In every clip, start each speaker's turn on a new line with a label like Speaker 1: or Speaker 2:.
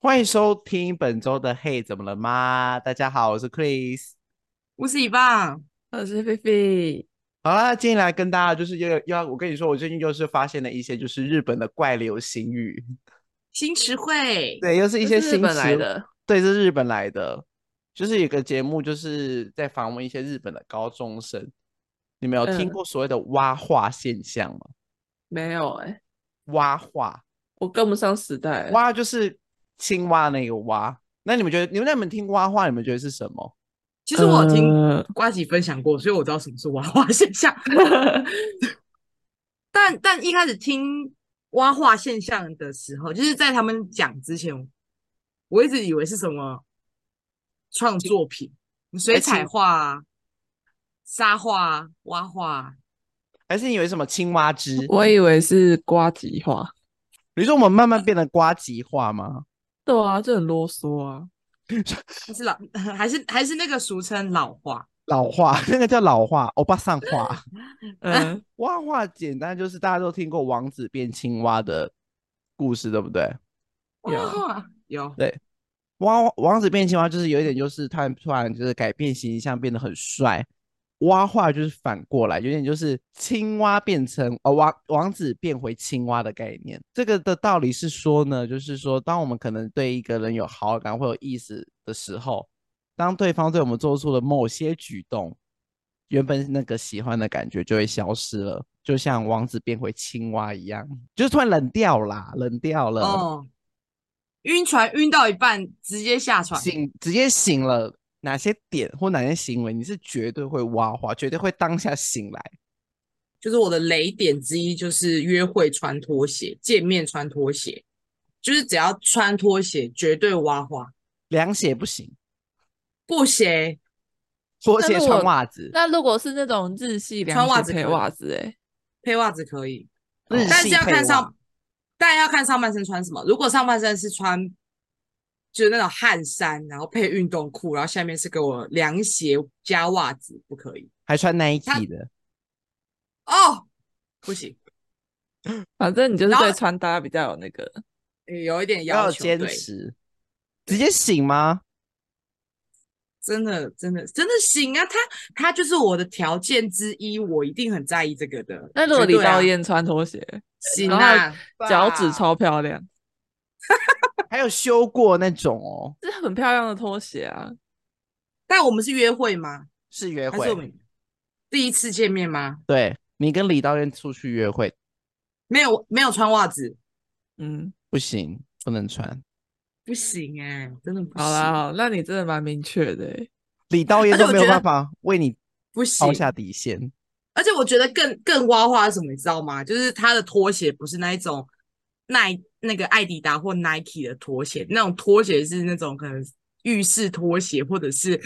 Speaker 1: 欢迎收听本周的《嘿，怎么了吗？》大家好，我是 Chris。
Speaker 2: 我是一棒，
Speaker 3: 我是菲菲，
Speaker 1: 好啦，今天来跟大家就是又又要我跟你说，我最近又是发现了一些就是日本的怪流行语，
Speaker 2: 新词汇。
Speaker 1: 对，又是一些
Speaker 3: 这是日
Speaker 1: 新
Speaker 3: 本来
Speaker 1: 词
Speaker 3: 的，
Speaker 1: 对，这是日本来的，就是有个节目，就是在访问一些日本的高中生。你们有听
Speaker 3: 嗯
Speaker 1: 过所谓的蛙化现象吗？
Speaker 3: 没有哎、
Speaker 2: 欸
Speaker 1: 蛙化，
Speaker 3: 我跟不上时代。
Speaker 1: 蛙就是青蛙那个蛙。那你们觉得，你们那你们听蛙化，你们觉得是什么？
Speaker 2: 其实我有听
Speaker 3: 呃
Speaker 2: 瓜吉分享过，所以我知道什么是娃娃现象。 但但一开始听蛙化现象的时候，就是在他们讲之前，我一直以为是什么创作品，水彩画啊、沙画啊、蛙画啊。
Speaker 1: 还是你以为什么青蛙汁？
Speaker 3: 我以为是瓜吉话。
Speaker 1: 你说我们慢慢变得瓜吉化吗？
Speaker 3: 对啊，就很啰嗦啊。
Speaker 2: 还是老还是还是那个俗称老化，
Speaker 1: 老化，那个叫老化，欧巴桑化。
Speaker 3: 嗯，
Speaker 1: 蛙化简单就是大家都听过王子变青蛙的故事，对不对？
Speaker 3: 有
Speaker 2: 哇有
Speaker 1: 王王子变青蛙就是有一点，就是他突然就是改变形象，变得很帅。蛙化就是反过来，有点就是青蛙变成呃王王子变回青蛙的概念。这个的道理是说呢，就是说当我们可能对一个人有好感或有意思的时候，当对方对我们做出了某些举动，原本那个喜欢的感觉就会消失了，就像王子变回青蛙一样，就是突然冷掉啦，冷掉了。
Speaker 2: 哦，晕船晕到一半直接下船，
Speaker 1: 醒直接醒了，哪些点或哪些行为你是绝对会挖花，绝对会当下醒来。
Speaker 2: 就是我的雷点之一就是约会穿拖鞋，见面穿拖鞋，就是只要穿拖鞋绝对挖花，
Speaker 1: 凉鞋不行，
Speaker 2: 布鞋
Speaker 1: 拖
Speaker 3: 但
Speaker 1: 鞋
Speaker 3: 是
Speaker 1: 穿
Speaker 3: 我
Speaker 1: 袜子，
Speaker 3: 那如果是那种日系凉
Speaker 2: 穿袜
Speaker 3: 鞋
Speaker 2: 子
Speaker 3: 配
Speaker 2: 可以
Speaker 3: 袜子、欸，哎，
Speaker 2: 配袜子可以，
Speaker 1: 日
Speaker 3: 哦
Speaker 2: 但
Speaker 1: 系
Speaker 2: 是要
Speaker 1: 配
Speaker 2: 看
Speaker 1: 袜
Speaker 2: 上，但要看上半身穿什么。如果上半身是穿就是那种汗衫，然后配运动裤，然后下面是给我凉鞋加袜子，不可以
Speaker 1: 还穿 Nike
Speaker 2: 它
Speaker 1: 的，
Speaker 2: 哦，不行，
Speaker 3: 反正你就是
Speaker 2: 然后
Speaker 3: 对穿搭比较有那个。
Speaker 2: 有一点
Speaker 1: 要
Speaker 2: 要
Speaker 1: 有
Speaker 2: 求，
Speaker 1: 坚
Speaker 2: 对
Speaker 1: 持。直接醒吗？
Speaker 2: 真的，真的，真的行啊！他他就是我的条件之一，我一定很在意这个的。
Speaker 3: 那如果
Speaker 2: 绝
Speaker 3: 李
Speaker 2: 对啊
Speaker 3: 道彦穿拖鞋，
Speaker 2: 行
Speaker 3: 然后
Speaker 2: 啊，
Speaker 3: 脚趾超漂亮，
Speaker 1: 还有修过那种哦，
Speaker 3: 这很漂亮的拖鞋啊。
Speaker 2: 但我们是约会吗？
Speaker 1: 是约
Speaker 2: 还是我
Speaker 1: 会。
Speaker 2: 们第一次见面吗？
Speaker 1: 对你跟李导演出去约会
Speaker 2: 没有，没有穿袜子，
Speaker 3: 嗯，
Speaker 1: 不行，不能穿。
Speaker 2: 不行哎、真的不行，
Speaker 3: 好啦，好，那你真的蛮明确的、欸。
Speaker 1: 李导演
Speaker 2: 而且
Speaker 1: 都
Speaker 2: 我
Speaker 1: 没有
Speaker 2: 觉
Speaker 1: 办
Speaker 2: 得
Speaker 1: 法为你
Speaker 2: 不行
Speaker 1: 抛。下底线。
Speaker 2: 而且我觉得更更挖花是什么，你知道吗？就是他的拖鞋不是那一种耐那个艾迪达或 Nike 的拖鞋，那种拖鞋是那种可能浴室拖鞋，或者是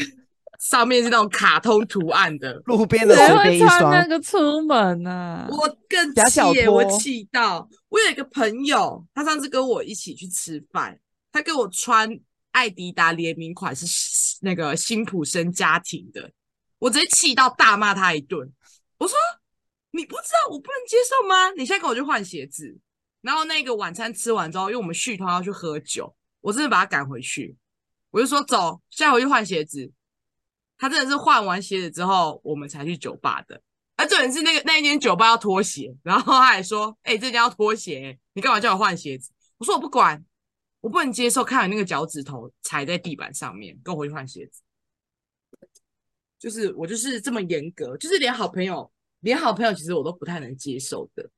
Speaker 2: 上面是那种卡通图案的。
Speaker 1: 路边的
Speaker 3: 谁
Speaker 1: 随便
Speaker 3: 会
Speaker 1: 一
Speaker 3: 穿
Speaker 1: 双
Speaker 3: 那个出门啊？
Speaker 2: 我更
Speaker 1: 假
Speaker 2: 气
Speaker 1: 小
Speaker 2: 耶！我
Speaker 1: 托
Speaker 2: 气到我有一个朋友，他上次跟我一起去吃饭，他给我穿艾迪达联名款是那个辛普森家庭的，我直接气到大骂他一顿。我说你不知道我不能接受吗？你现在跟我去换鞋子。然后那个晚餐吃完之后，因为我们续团要去喝酒，我真的把他赶回去。我就说走，下回去换鞋子。他真的是换完鞋子之后，我们才去酒吧的。啊，重点是那个那一间酒吧要脱鞋，然后他还说：“哎、这间要脱鞋，你干嘛叫我换鞋子？”我说：“我不管，我不能接受看你那个脚趾头踩在地板上面，跟我回去换鞋子。”就是我就是这么严格，就是连好朋友，连好朋友其实我都不太能接受的。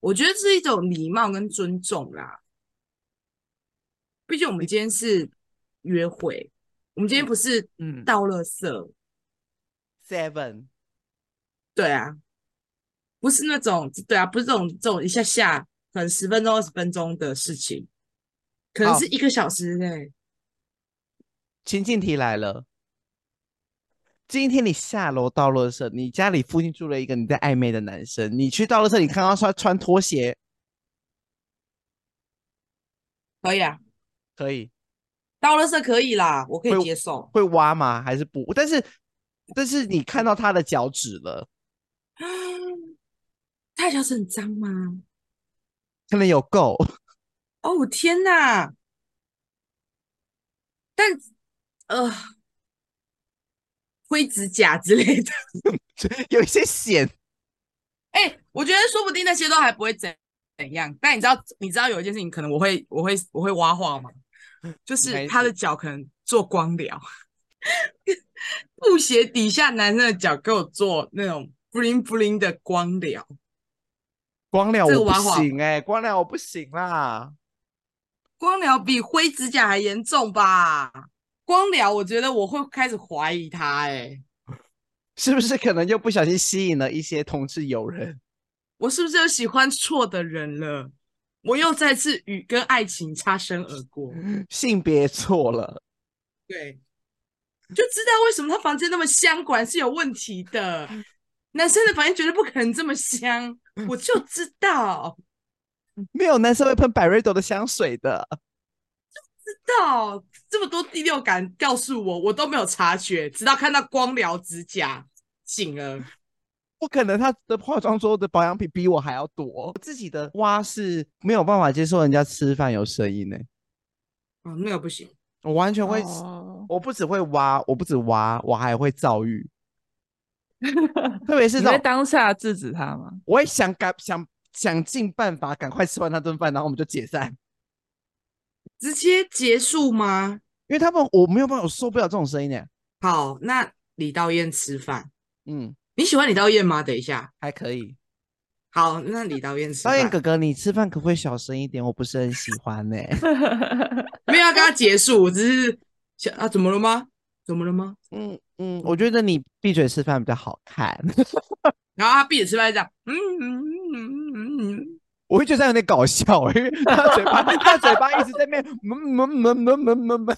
Speaker 2: 我觉得是一种礼貌跟尊重啦。毕竟我们今天是约会，我们今天不是
Speaker 3: 嗯，
Speaker 2: 倒垃圾，
Speaker 1: Seven。
Speaker 2: 对啊，不是那种，对啊，不是这种这种一下下，可能十分钟、二十分钟的事情，可能
Speaker 1: 好
Speaker 2: 是一个小时内。
Speaker 1: 情境题来了。今天你下楼到垃圾，你家里附近住了一个你在暧昧的男生，你去到垃圾，你看到他穿拖鞋，
Speaker 2: 可以啊，
Speaker 1: 可以
Speaker 2: 倒垃圾可以啦，我可以
Speaker 1: 会
Speaker 2: 接受。
Speaker 1: 会挖吗？还是不？但是但是你看到他的脚趾了，
Speaker 2: 他脚趾很脏吗？
Speaker 1: 可能有垢，
Speaker 2: 哦，天哪！但呃，灰指甲之类的，
Speaker 1: 有一些险。
Speaker 2: 哎、我觉得说不定那些都还不会怎怎样。但你知道，你知道有一件事情，可能我会我会我会挖话吗？就是
Speaker 1: 没
Speaker 2: 他的脚可能做光疗，布鞋底下男生的脚给我做那种 bling bling 的光疗。
Speaker 1: 光疗
Speaker 2: 这个
Speaker 1: 我不
Speaker 2: 玩法
Speaker 1: 行哎、光疗我不行啦。
Speaker 2: 光疗比灰指甲还严重吧？光疗，我觉得我会开始怀疑他、哎，
Speaker 1: 是不是可能又不小心吸引了一些同志友人？
Speaker 2: 我是不是又喜欢错的人了？我又再次与跟爱情擦身而过。
Speaker 1: 性别错了，
Speaker 2: 对，就知道为什么他房间那么香，果然是有问题的。男生的房间绝对不可能这么香，我就知道，
Speaker 1: 没有男生会喷百瑞朵的香水的。
Speaker 2: 知道这么多第六感告诉我，我都没有察觉，直到看到光疗指甲，醒了。
Speaker 1: 不可能，他的化妆桌的保养品比我还要多。我自己的蛙是没有办法接受人家吃饭有声音呢、
Speaker 2: 哦，那个不行。
Speaker 1: 我完全会，
Speaker 3: 哦
Speaker 1: 我不只会挖，我不止挖，我还会躁 郁。特别是
Speaker 3: 你
Speaker 1: 那
Speaker 3: 会
Speaker 1: 种
Speaker 3: 当下制止他吗？
Speaker 1: 我也想赶想想尽办法赶快吃完那顿饭，然后我们就解散，
Speaker 2: 直接结束吗？
Speaker 1: 因为他们我没有办法，我受不了这种声音欸呢、
Speaker 2: 好，那李道彦吃饭，
Speaker 1: 嗯，
Speaker 2: 你喜欢李道彦吗？等一下，
Speaker 1: 还可以。
Speaker 2: 好，那李道彦吃
Speaker 1: 导演
Speaker 2: 饭，
Speaker 1: 哥哥，你吃饭可不可以小声一点？我不是很喜欢欸呢、
Speaker 2: 没有要跟他结束，我只是想啊，怎么了吗？怎么了吗？
Speaker 1: 嗯嗯， 我觉得你闭嘴吃饭比较好看，
Speaker 2: 然后他闭着吃饭就这样，嗯嗯嗯嗯嗯嗯，
Speaker 1: 我会觉得这样有点搞笑、因为他嘴巴他嘴巴一直在那边么么么么么么么。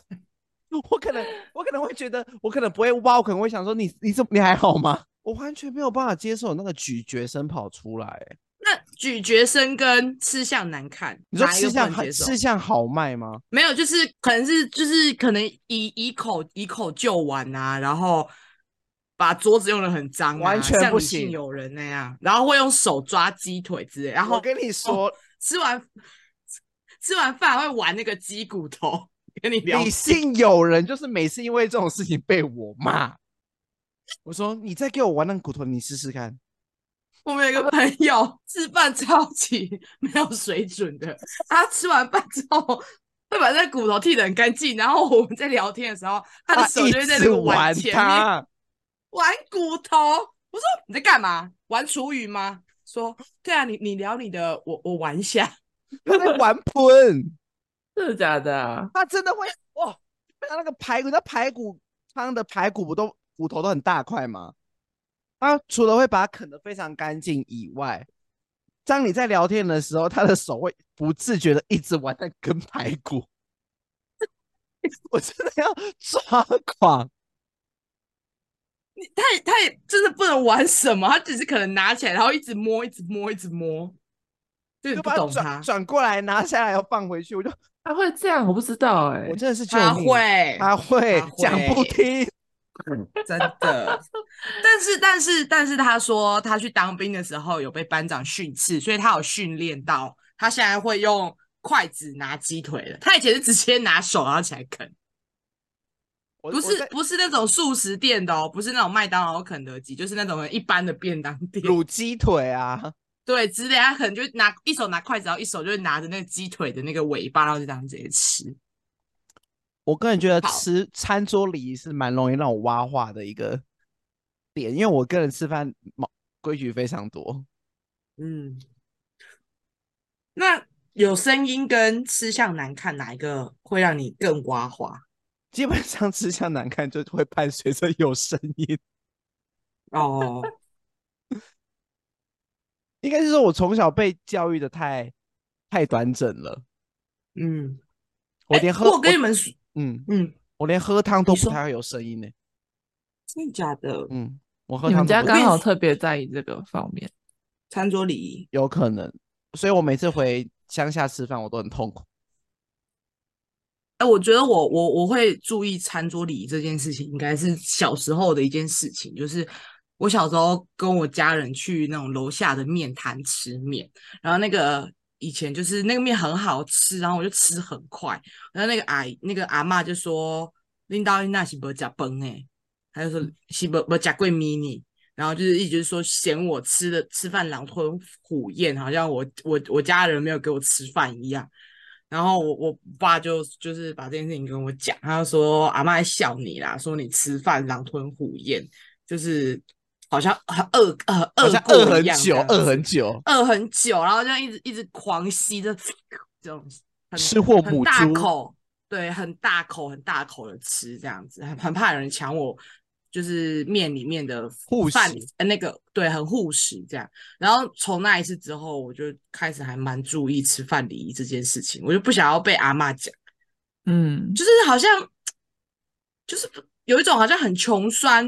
Speaker 1: 我可能，我可能会觉得，我可能不会挖，我可能会想说你，你怎么你还好吗？我完全没有办法接受那个咀嚼声跑出来、欸
Speaker 2: 那咀嚼声跟吃相难看，
Speaker 1: 你说
Speaker 2: 哪一
Speaker 1: 吃
Speaker 2: 个不
Speaker 1: 相
Speaker 2: 能
Speaker 1: 好
Speaker 2: 接受？
Speaker 1: 吃相好卖吗？
Speaker 2: 没有，就是可能是就是可能以以口以口就碗啊，然后把桌子用的很脏、啊，
Speaker 1: 完全
Speaker 2: 像
Speaker 1: 不
Speaker 2: 女性
Speaker 1: 行
Speaker 2: 友人那样，然后会用手抓鸡腿之类，然
Speaker 1: 我
Speaker 2: 后哦
Speaker 1: 跟你说，
Speaker 2: 吃完吃完饭会玩那个鸡骨头，跟你聊
Speaker 1: 理性友人就是每次因为这种事情被我骂。我说你再给我玩那个骨头，你试试看。
Speaker 2: 我们有一个朋友吃饭超级没有水准的，他吃完饭之后会把那骨头剃得很干净，然后我们在聊天的时候，他的手
Speaker 1: 一
Speaker 2: 就会在那
Speaker 1: 直
Speaker 2: 个
Speaker 1: 玩
Speaker 2: 碗前面
Speaker 1: 它，
Speaker 2: 玩骨头。我说你在干嘛？玩厨余吗？说对啊，你你聊你的，我我玩一下。
Speaker 1: 他在玩喷，
Speaker 3: 真的假的啊？
Speaker 1: 他真的会哇！他那个排骨，那排骨汤的排骨不都骨头都很大块吗？他除了会把它啃得非常干净以外，当你在聊天的时候，他的手会不自觉的一直玩那根排骨， 我真的要抓狂。
Speaker 2: 他也他也真的不能玩什么，他只是可能拿起来，然后一直摸，一直摸，一直摸，就你
Speaker 1: 就
Speaker 2: 不
Speaker 1: 把它
Speaker 2: 懂
Speaker 1: 转
Speaker 2: 他。
Speaker 1: 转过来拿下来，要放回去。我就
Speaker 3: 他会这样，我不知道哎、
Speaker 1: 我真的是救
Speaker 2: 他
Speaker 1: 命，
Speaker 2: 会，
Speaker 1: 他会
Speaker 2: 他会
Speaker 1: 讲不听，
Speaker 2: 真的。但是，但是，但是，他说他去当兵的时候有被班长训斥，所以他有训练到，他现在会用筷子拿鸡腿了。他以前是直接拿手然后起来啃，
Speaker 1: 我
Speaker 2: 不
Speaker 1: 我
Speaker 2: 是
Speaker 1: 在
Speaker 2: 不是那种素食店的哦，不是那种麦当劳、肯德基，就是那种一般的便当店，
Speaker 1: 卤鸡腿啊，
Speaker 2: 对之类。他可能就拿一手拿筷子，然后一手就拿着那个鸡腿的那个尾巴，然后就这样直接吃。
Speaker 1: 我个人觉得
Speaker 2: 好
Speaker 1: 吃餐桌礼仪是蛮容易让我挖话的一个点，因为我个人吃饭毛规矩非常多。
Speaker 2: 嗯，那有声音跟吃相难看，哪一个会让你更挖滑？
Speaker 1: 基本上吃相难看就会伴随着有声音，
Speaker 2: 哦，
Speaker 1: 应该是说我从小被教育的太太端正了，
Speaker 2: 嗯，
Speaker 1: 我
Speaker 2: 哎
Speaker 1: 连喝
Speaker 2: 我跟你们说，
Speaker 1: 嗯，
Speaker 2: 嗯，
Speaker 1: 我连喝汤都
Speaker 2: 你
Speaker 1: 不
Speaker 2: 说
Speaker 1: 太会有声音呢、
Speaker 2: 真的假的？
Speaker 1: 嗯，我喝
Speaker 3: 你
Speaker 1: 汤
Speaker 3: 们
Speaker 1: 都
Speaker 3: 家
Speaker 1: 不会
Speaker 3: 刚
Speaker 2: 跟你
Speaker 3: 好
Speaker 2: 说
Speaker 3: 特别在意这个方面，
Speaker 2: 餐桌礼仪，
Speaker 1: 有可能，所以我每次回乡下吃饭，我都很痛苦。
Speaker 2: 哎，我觉得我我我会注意餐桌礼仪这件事情，应该是小时候的一件事情，就是。我小时候跟我家人去那种楼下的面摊吃面，然后那个以前就是那个面很好吃，然后我就吃很快，然后那个阿姨那个阿嬷就说：“领导那是不加崩哎。”她就说：“
Speaker 1: 嗯
Speaker 2: 是不不加贵迷你。”然后就是一直就是说嫌我吃的吃饭狼吞虎咽，好像我我我家人没有给我吃饭一样。然后我我爸就就是把这件事情跟我讲，他就说阿嬷在笑你啦，说你吃饭狼吞虎咽，就是好像很饿呃
Speaker 1: 好
Speaker 2: 饿
Speaker 1: 像
Speaker 2: 过
Speaker 1: 饿很
Speaker 2: 一样这
Speaker 1: 久，
Speaker 2: 样
Speaker 1: 饿
Speaker 2: 子
Speaker 1: 很久，
Speaker 2: 饿很久，然后就一直一直狂吸这这种很
Speaker 1: 吃货
Speaker 2: 很
Speaker 1: 母
Speaker 2: 大
Speaker 1: 猪，
Speaker 2: 口，对，很大口很大口的吃这样子，很很怕有人抢我，就是面里面的
Speaker 1: 护
Speaker 2: 饭
Speaker 1: 食
Speaker 2: 呃那个对，很护食这样。然后从那一次之后，我就开始还蛮注意吃饭礼仪这件事情，我就不想要被阿嬷讲，
Speaker 3: 嗯，
Speaker 2: 就是好像就是不有一种好像很穷酸，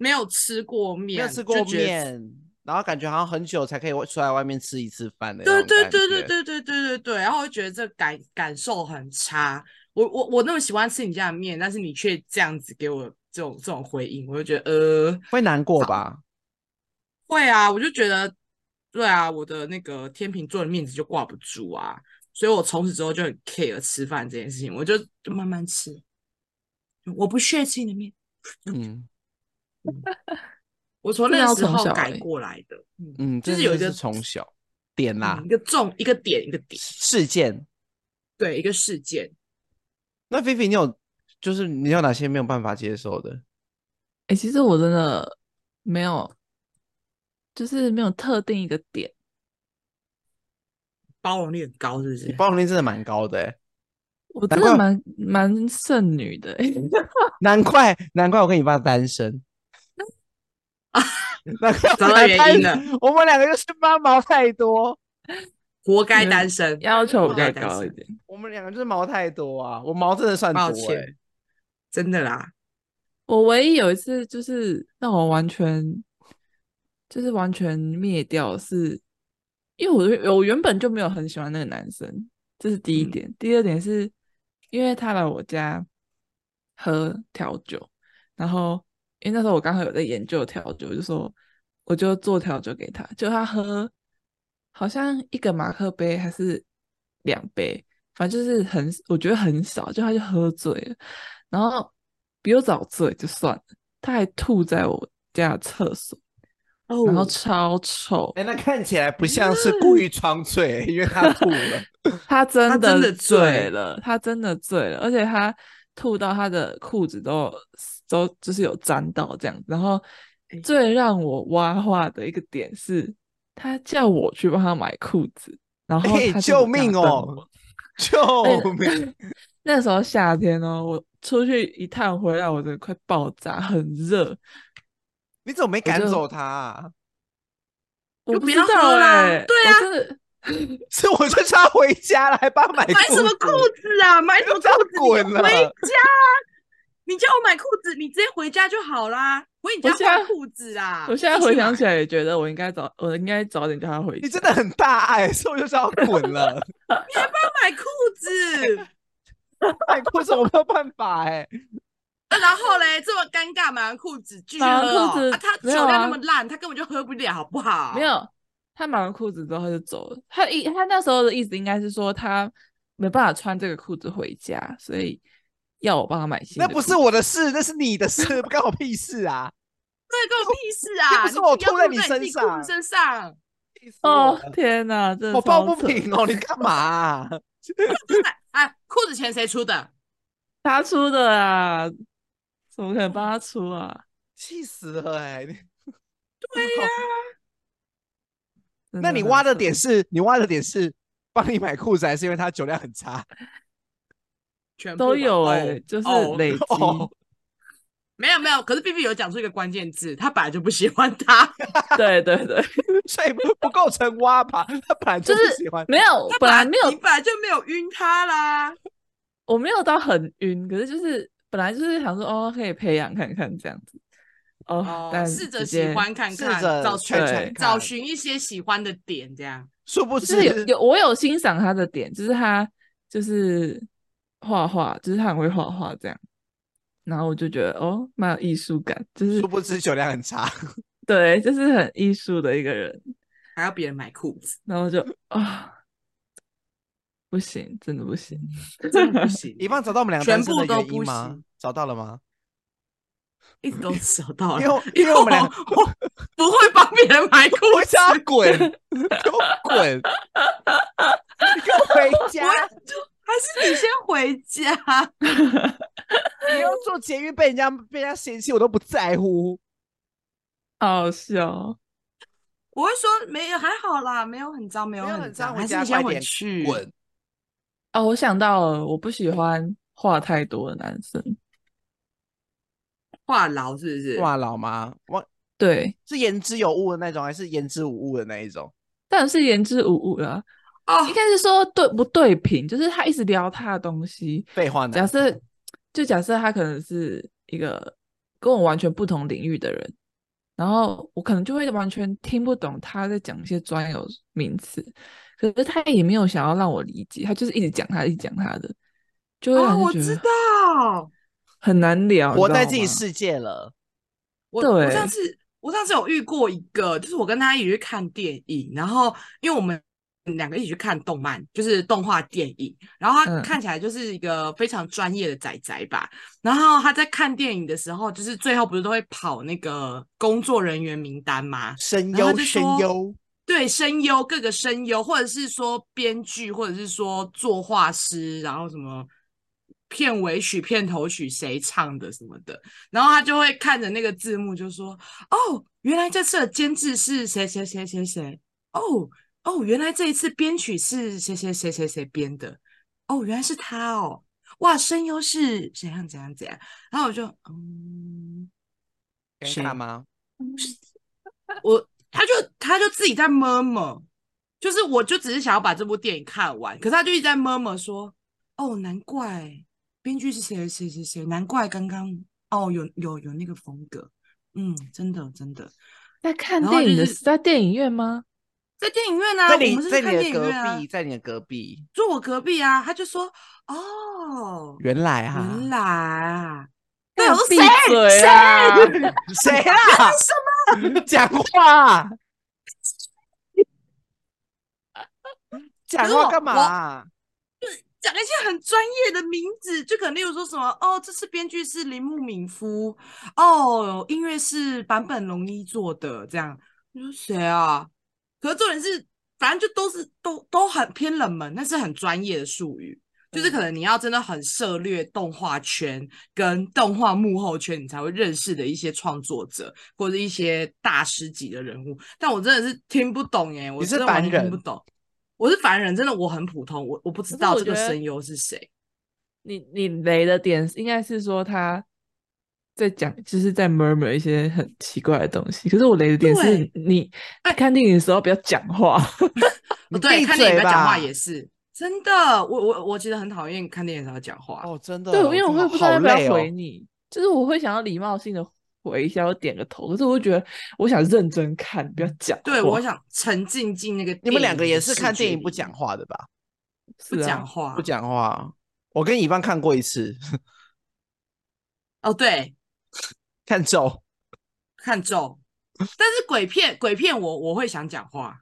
Speaker 2: 没有吃过
Speaker 1: 没
Speaker 2: 面，
Speaker 1: 有吃过
Speaker 2: 就觉得
Speaker 1: 面，然后感觉好像很久才可以外出来外面吃一次饭的那
Speaker 2: 对
Speaker 1: 种
Speaker 2: 对
Speaker 1: 感
Speaker 2: 对对
Speaker 1: 觉，
Speaker 2: 对对对对对，然后我就觉得这感感受很差。我我我那么喜欢吃你家的面，但是你却这样子给我这种这种回应，我就觉得呃，
Speaker 1: 会难过吧？
Speaker 2: 会啊，我就觉得对啊，我的那个天秤座的面子就挂不住啊，所以我从此之后就很 care 吃饭这件事情，我就就慢慢吃，我不屑吃你的面，
Speaker 1: 嗯
Speaker 2: 我从
Speaker 1: 啊
Speaker 3: 这
Speaker 2: 那
Speaker 3: 要
Speaker 2: 时
Speaker 3: 从
Speaker 2: 候
Speaker 3: 小
Speaker 2: 改
Speaker 3: 欸
Speaker 2: 过来的，嗯，
Speaker 1: 嗯，
Speaker 2: 就
Speaker 1: 这
Speaker 2: 是有一
Speaker 1: 真
Speaker 2: 个
Speaker 1: 是从小点啦
Speaker 2: 嗯一个重一个点一个点，
Speaker 1: 事件。
Speaker 2: 对一个事件。
Speaker 1: 那菲菲，你有就是你有哪些没有办法接受的？
Speaker 3: 哎、其实我真的没有，就是没有特定一个点，
Speaker 2: 包容力很高，是不
Speaker 1: 你
Speaker 2: 是？
Speaker 1: 包容力真的蛮高的、欸，
Speaker 3: 我
Speaker 1: 难
Speaker 3: 真的
Speaker 1: 怪
Speaker 3: 蛮蛮剩女的、 欸，
Speaker 1: 难怪难怪我跟你爸单 身。难怪
Speaker 2: 找
Speaker 1: 我们
Speaker 2: 到
Speaker 1: 俩
Speaker 2: 原
Speaker 1: 单
Speaker 2: 因了，
Speaker 1: 我们两个就是妈毛太多，
Speaker 2: 活该
Speaker 3: 嗯
Speaker 2: 单身。
Speaker 3: 要求
Speaker 2: 我
Speaker 3: 比
Speaker 2: 还
Speaker 3: 较
Speaker 2: 单
Speaker 3: 高一
Speaker 2: 身
Speaker 3: 点。
Speaker 1: 我们两个就是毛太多啊！我毛真的算多、
Speaker 2: 抱
Speaker 1: 欸，
Speaker 2: 歉，真的啦，
Speaker 3: 我唯一有一次就是让我完全就是完全灭掉是，因为我我原本就没有很喜欢那个男生，这是第一
Speaker 2: 嗯
Speaker 3: 点。第二点是因为他来我家喝调酒，然后因为那时候我刚好有在研究调酒，我就说我就做调酒给他，就他喝好像一个马克杯还是两杯，反正就是很我觉得很少，就他就喝醉了，然后比我早醉就算了，他还吐在我家的厕所，
Speaker 2: 哦
Speaker 3: 然后超臭，
Speaker 1: 哎、那看起来不像是故意装醉、因为他吐了。
Speaker 3: 他真
Speaker 2: 他真的醉
Speaker 3: 醉了，他真的醉了，而且他吐到他的裤子都有都就是有沾到这样子。然后
Speaker 2: 哎
Speaker 3: 最让我挖话的一个点是，他叫我去帮他买裤子，然后
Speaker 1: 哎、
Speaker 3: 他就
Speaker 1: 救
Speaker 3: 不敢
Speaker 1: 命
Speaker 3: 等
Speaker 1: 哦
Speaker 3: 我！
Speaker 1: 救命！
Speaker 3: 那时候夏天哦，我出去一趟回来，我真的快爆炸，很热。
Speaker 1: 你怎么没赶
Speaker 3: 就
Speaker 1: 走他、啊？
Speaker 3: 我
Speaker 2: 就
Speaker 3: 不
Speaker 2: 不
Speaker 3: 知
Speaker 2: 要喝
Speaker 3: 道
Speaker 2: 啦
Speaker 3: 欸
Speaker 2: 对
Speaker 3: 我
Speaker 2: 啊
Speaker 3: 真的
Speaker 1: 是我就差回家了，还帮他买
Speaker 3: 哎
Speaker 2: 买什么裤子啊？买什么
Speaker 1: 就这样
Speaker 2: 裤子？你
Speaker 1: 滚
Speaker 2: 就回
Speaker 1: 了
Speaker 2: 家啊，你叫我买裤子，你直接回家就好啦。回你
Speaker 3: 我
Speaker 2: 家
Speaker 3: 现在
Speaker 2: 换裤子啊啦。
Speaker 3: 我现在
Speaker 2: 自己
Speaker 3: 回
Speaker 2: 去
Speaker 3: 想
Speaker 2: 买
Speaker 3: 起来也觉得我应该早，我应该早点叫他回
Speaker 1: 你
Speaker 3: 家。
Speaker 1: 真的很大爱，所以我就知道滚了。
Speaker 2: 买裤子，
Speaker 1: 买裤子我没有办法哎、
Speaker 2: 然后嘞这么尴尬，买完裤子继续
Speaker 3: 买完
Speaker 2: 喝哦
Speaker 3: 裤子
Speaker 2: 啊他酒
Speaker 3: 没有
Speaker 2: 量那
Speaker 3: 啊
Speaker 2: 么烂，他根本就喝不了，好不好？
Speaker 3: 没，有，他买完裤子之后他就走了。他一他那时候的意思应该是说他没办法穿这个裤子回家，所以要我帮他买新
Speaker 1: 那
Speaker 3: 的。
Speaker 1: 不是，我的事，那是你的事，不关我屁事啊！
Speaker 2: 对，关我屁事
Speaker 1: 又
Speaker 2: 啊！
Speaker 1: 不
Speaker 2: 你
Speaker 1: 是我
Speaker 2: 不要
Speaker 1: 吐在
Speaker 2: 你
Speaker 1: 你
Speaker 2: 自
Speaker 1: 身
Speaker 2: 己裤
Speaker 1: 上
Speaker 2: 子身上，
Speaker 1: 气死我
Speaker 3: 哦
Speaker 1: 了，
Speaker 3: 天哪，真的
Speaker 1: 我抱
Speaker 3: 超
Speaker 1: 不
Speaker 3: 扯
Speaker 1: 平哦，你干嘛啊、
Speaker 2: 哎，裤子钱谁出的？
Speaker 3: 他出的啊，怎么可能帮他出啊？
Speaker 1: 气死了哎、
Speaker 2: 对呀、
Speaker 3: 真
Speaker 1: 那你
Speaker 3: 很
Speaker 1: 挖的
Speaker 3: 扯
Speaker 1: 点是你挖的点是帮你买裤子，还是因为他酒量很差？
Speaker 2: 全部
Speaker 3: 都
Speaker 2: 吧
Speaker 3: 有
Speaker 2: 哦
Speaker 3: 哎、就是
Speaker 2: 哦
Speaker 3: 累积。
Speaker 1: 哦
Speaker 2: 没有没有，可是 B B 有讲出一个关键字，他本来就不喜欢他，
Speaker 3: 对对 对，
Speaker 1: 所以不构成 挖吧？他本来就
Speaker 3: 就是
Speaker 1: 不喜欢。
Speaker 3: 没有，
Speaker 2: 他
Speaker 3: 本来没有
Speaker 2: 你本来就没有晕他啦。
Speaker 3: 我没有到很晕，可是就是本来就是想说哦，可以培养看看这样子。哦，
Speaker 2: 哦，
Speaker 3: 但
Speaker 2: 试着
Speaker 3: 直
Speaker 2: 喜
Speaker 3: 接
Speaker 2: 欢看
Speaker 1: 试
Speaker 2: 看，
Speaker 1: 着
Speaker 2: 找寻
Speaker 1: 劝劝
Speaker 2: 找
Speaker 1: 看，
Speaker 2: 寻一些喜欢的点，这样。
Speaker 1: 殊不
Speaker 3: 就是有
Speaker 1: 知
Speaker 3: 有我有欣赏他的点，就是他就是画画，就是他很会画画这样。然后我就觉得哦，蛮有艺术感，就是
Speaker 1: 殊不知酒量很 差。
Speaker 3: 对，就是很艺术的一个人。
Speaker 2: 还要别人买裤子，
Speaker 3: 然后就啊、不行，真的不行。
Speaker 2: 真的不行
Speaker 1: 一棒找到我们两个
Speaker 2: 全
Speaker 1: 单身
Speaker 2: 部
Speaker 1: 的
Speaker 2: 都
Speaker 1: 原因
Speaker 2: 不
Speaker 1: 吗
Speaker 2: 行？
Speaker 1: 找到了吗？
Speaker 2: 一直都找到了，
Speaker 1: 因为因
Speaker 2: 因
Speaker 1: 为我们两个
Speaker 2: 我不会帮别人买裤
Speaker 1: 回
Speaker 2: 子，
Speaker 1: 家滚，你给我滚， 你给我回家！
Speaker 2: 还是你先回家。
Speaker 1: 你要做节育被人家被人家嫌弃，我都不在乎。
Speaker 3: 好好笑哦，
Speaker 2: 我会说没有，还好啦，没有很脏，没有
Speaker 1: 没有
Speaker 2: 很
Speaker 1: 很脏
Speaker 2: 还
Speaker 1: 回
Speaker 2: 是
Speaker 1: 家
Speaker 2: 你先
Speaker 1: 快
Speaker 2: 回
Speaker 1: 点
Speaker 2: 去。
Speaker 1: 滚！
Speaker 3: 哦我想到了，我不喜欢话太多的男生。
Speaker 2: 话痨是不是？
Speaker 1: 哇，老妈，我
Speaker 3: 对，
Speaker 1: 是言之有物的那种，还是言之无物的那一种？
Speaker 3: 当然是言之无物啦。
Speaker 2: 哦
Speaker 3: 应，该是说对不对平，就是他一直聊他的东西。
Speaker 1: 废话
Speaker 3: 假
Speaker 1: 男，
Speaker 3: 设就假设他可能是一个跟我完全不同领域的人，然后我可能就会完全听不懂他在讲一些专有名词，可是他也没有想要让我理解，他就是一直讲他，一直讲他的，啊就会
Speaker 2: 哦，
Speaker 3: 让
Speaker 2: 我
Speaker 3: 人觉
Speaker 2: 知
Speaker 3: 得
Speaker 2: 道，
Speaker 3: 很难聊，你
Speaker 1: 活
Speaker 3: 知
Speaker 1: 在
Speaker 3: 道
Speaker 1: 自己
Speaker 3: 吗
Speaker 1: 世界了。
Speaker 2: 我我
Speaker 3: 对
Speaker 2: 上次我上次有遇过一个，就是我跟他一起去看电影，然后因为我们两个一起去看动漫，就是动画电影，然后他
Speaker 3: 嗯
Speaker 2: 看起来就是一个非常专业的仔仔吧。然后他在看电影的时候，就是最后不是都会跑那个工作人员名单吗？
Speaker 1: 声
Speaker 2: 然后
Speaker 1: 优，
Speaker 2: 就
Speaker 1: 声
Speaker 2: 说
Speaker 1: 优，
Speaker 2: 对声优各个声优，或者是说编剧，或者是说作画师，然后什么片尾曲、片头曲谁唱的什么的，然后他就会看着那个字幕就说：“哦，原来这次的监制是谁谁谁谁谁，哦哦，原来这一次编曲是谁谁谁谁谁编的，哦，原来是他哦，哇，声优是怎样怎样怎样。”然后我就嗯。
Speaker 1: 尴
Speaker 2: 谁
Speaker 1: 尬吗？
Speaker 3: 嗯
Speaker 2: 我他就他就自己在摸摸，就是我就只是想要把这部电影看完，可是他就一直在摸摸说，哦，难怪编剧是谁谁谁谁，难怪刚刚哦有有有那个风格，嗯，真的真的，
Speaker 3: 在看
Speaker 2: 然后
Speaker 3: 电影
Speaker 2: 就
Speaker 3: 的
Speaker 2: 是
Speaker 3: 是在电影院吗？
Speaker 2: 在电影院啊，
Speaker 1: 在
Speaker 2: 我
Speaker 1: 你
Speaker 2: 们是
Speaker 1: 在
Speaker 2: 看
Speaker 1: 你
Speaker 2: 电
Speaker 1: 的
Speaker 2: 影
Speaker 1: 隔
Speaker 2: 院啊
Speaker 1: 壁，，在你的隔壁。
Speaker 2: 坐我隔壁啊，他就说，哦，
Speaker 1: 原来啊，
Speaker 2: 原来啊，对，
Speaker 3: 那
Speaker 2: 我
Speaker 3: 有
Speaker 2: 说
Speaker 3: 闭
Speaker 2: 谁
Speaker 3: 嘴
Speaker 2: 谁
Speaker 3: 啊！
Speaker 1: 谁啊？讲话 啊，讲
Speaker 2: 可是
Speaker 1: 话
Speaker 2: 我
Speaker 1: 干嘛
Speaker 2: 我
Speaker 1: 啊？
Speaker 2: 讲一些很专业的名字，就可能例如说什么哦，这次编剧是铃木敏夫，哦，音乐是坂本龙一做的，这样。你说谁啊？可是重点是，反正就都是都都很偏冷门，但是很专业的术语，
Speaker 1: 嗯
Speaker 2: 就是可能你要真的很涉略动画圈跟动画幕后圈，你才会认识的一些创作者或者一些大师级的人物。但我真的是听不懂耶，我
Speaker 1: 你是
Speaker 2: 真的完
Speaker 1: 凡
Speaker 2: 全听不
Speaker 1: 人
Speaker 2: 懂。我是凡人，真的我很普通，我我不知
Speaker 3: 可是
Speaker 2: 道
Speaker 3: 我
Speaker 2: 这个
Speaker 3: 觉得
Speaker 2: 声优是谁。
Speaker 3: 你你雷的点应该是说他在讲，就是在 murmur 一些很奇怪的东西。可是我雷的点是
Speaker 2: 对
Speaker 3: 你
Speaker 2: 哎
Speaker 3: 看电影的时候不要讲话，
Speaker 1: 你
Speaker 2: 哦，对，
Speaker 1: 闭
Speaker 2: 看电影
Speaker 1: 嘴
Speaker 2: 不要讲话
Speaker 1: 吧
Speaker 2: 也是真的。我我我其实很讨厌看电影的时候讲话。
Speaker 1: 哦，真的，
Speaker 3: 对，因为我
Speaker 1: 真
Speaker 3: 会
Speaker 1: 的
Speaker 3: 不知道
Speaker 1: 好
Speaker 3: 要不要
Speaker 1: 累哦
Speaker 3: 回你，就是我会想要礼貌性的回一下，我点个头，可是我会觉得我想认真看，
Speaker 1: 嗯
Speaker 3: 不要讲话。
Speaker 2: 对，我想沉浸进那个。
Speaker 1: 你们两个也是看电影不讲，话的吧？
Speaker 2: 不
Speaker 3: 是啊
Speaker 2: 讲话，
Speaker 1: 不。讲话。我跟乙方看过一次，
Speaker 2: 哦，对，
Speaker 1: 看 咒，
Speaker 2: 看咒，但是鬼片鬼片我我会想讲话，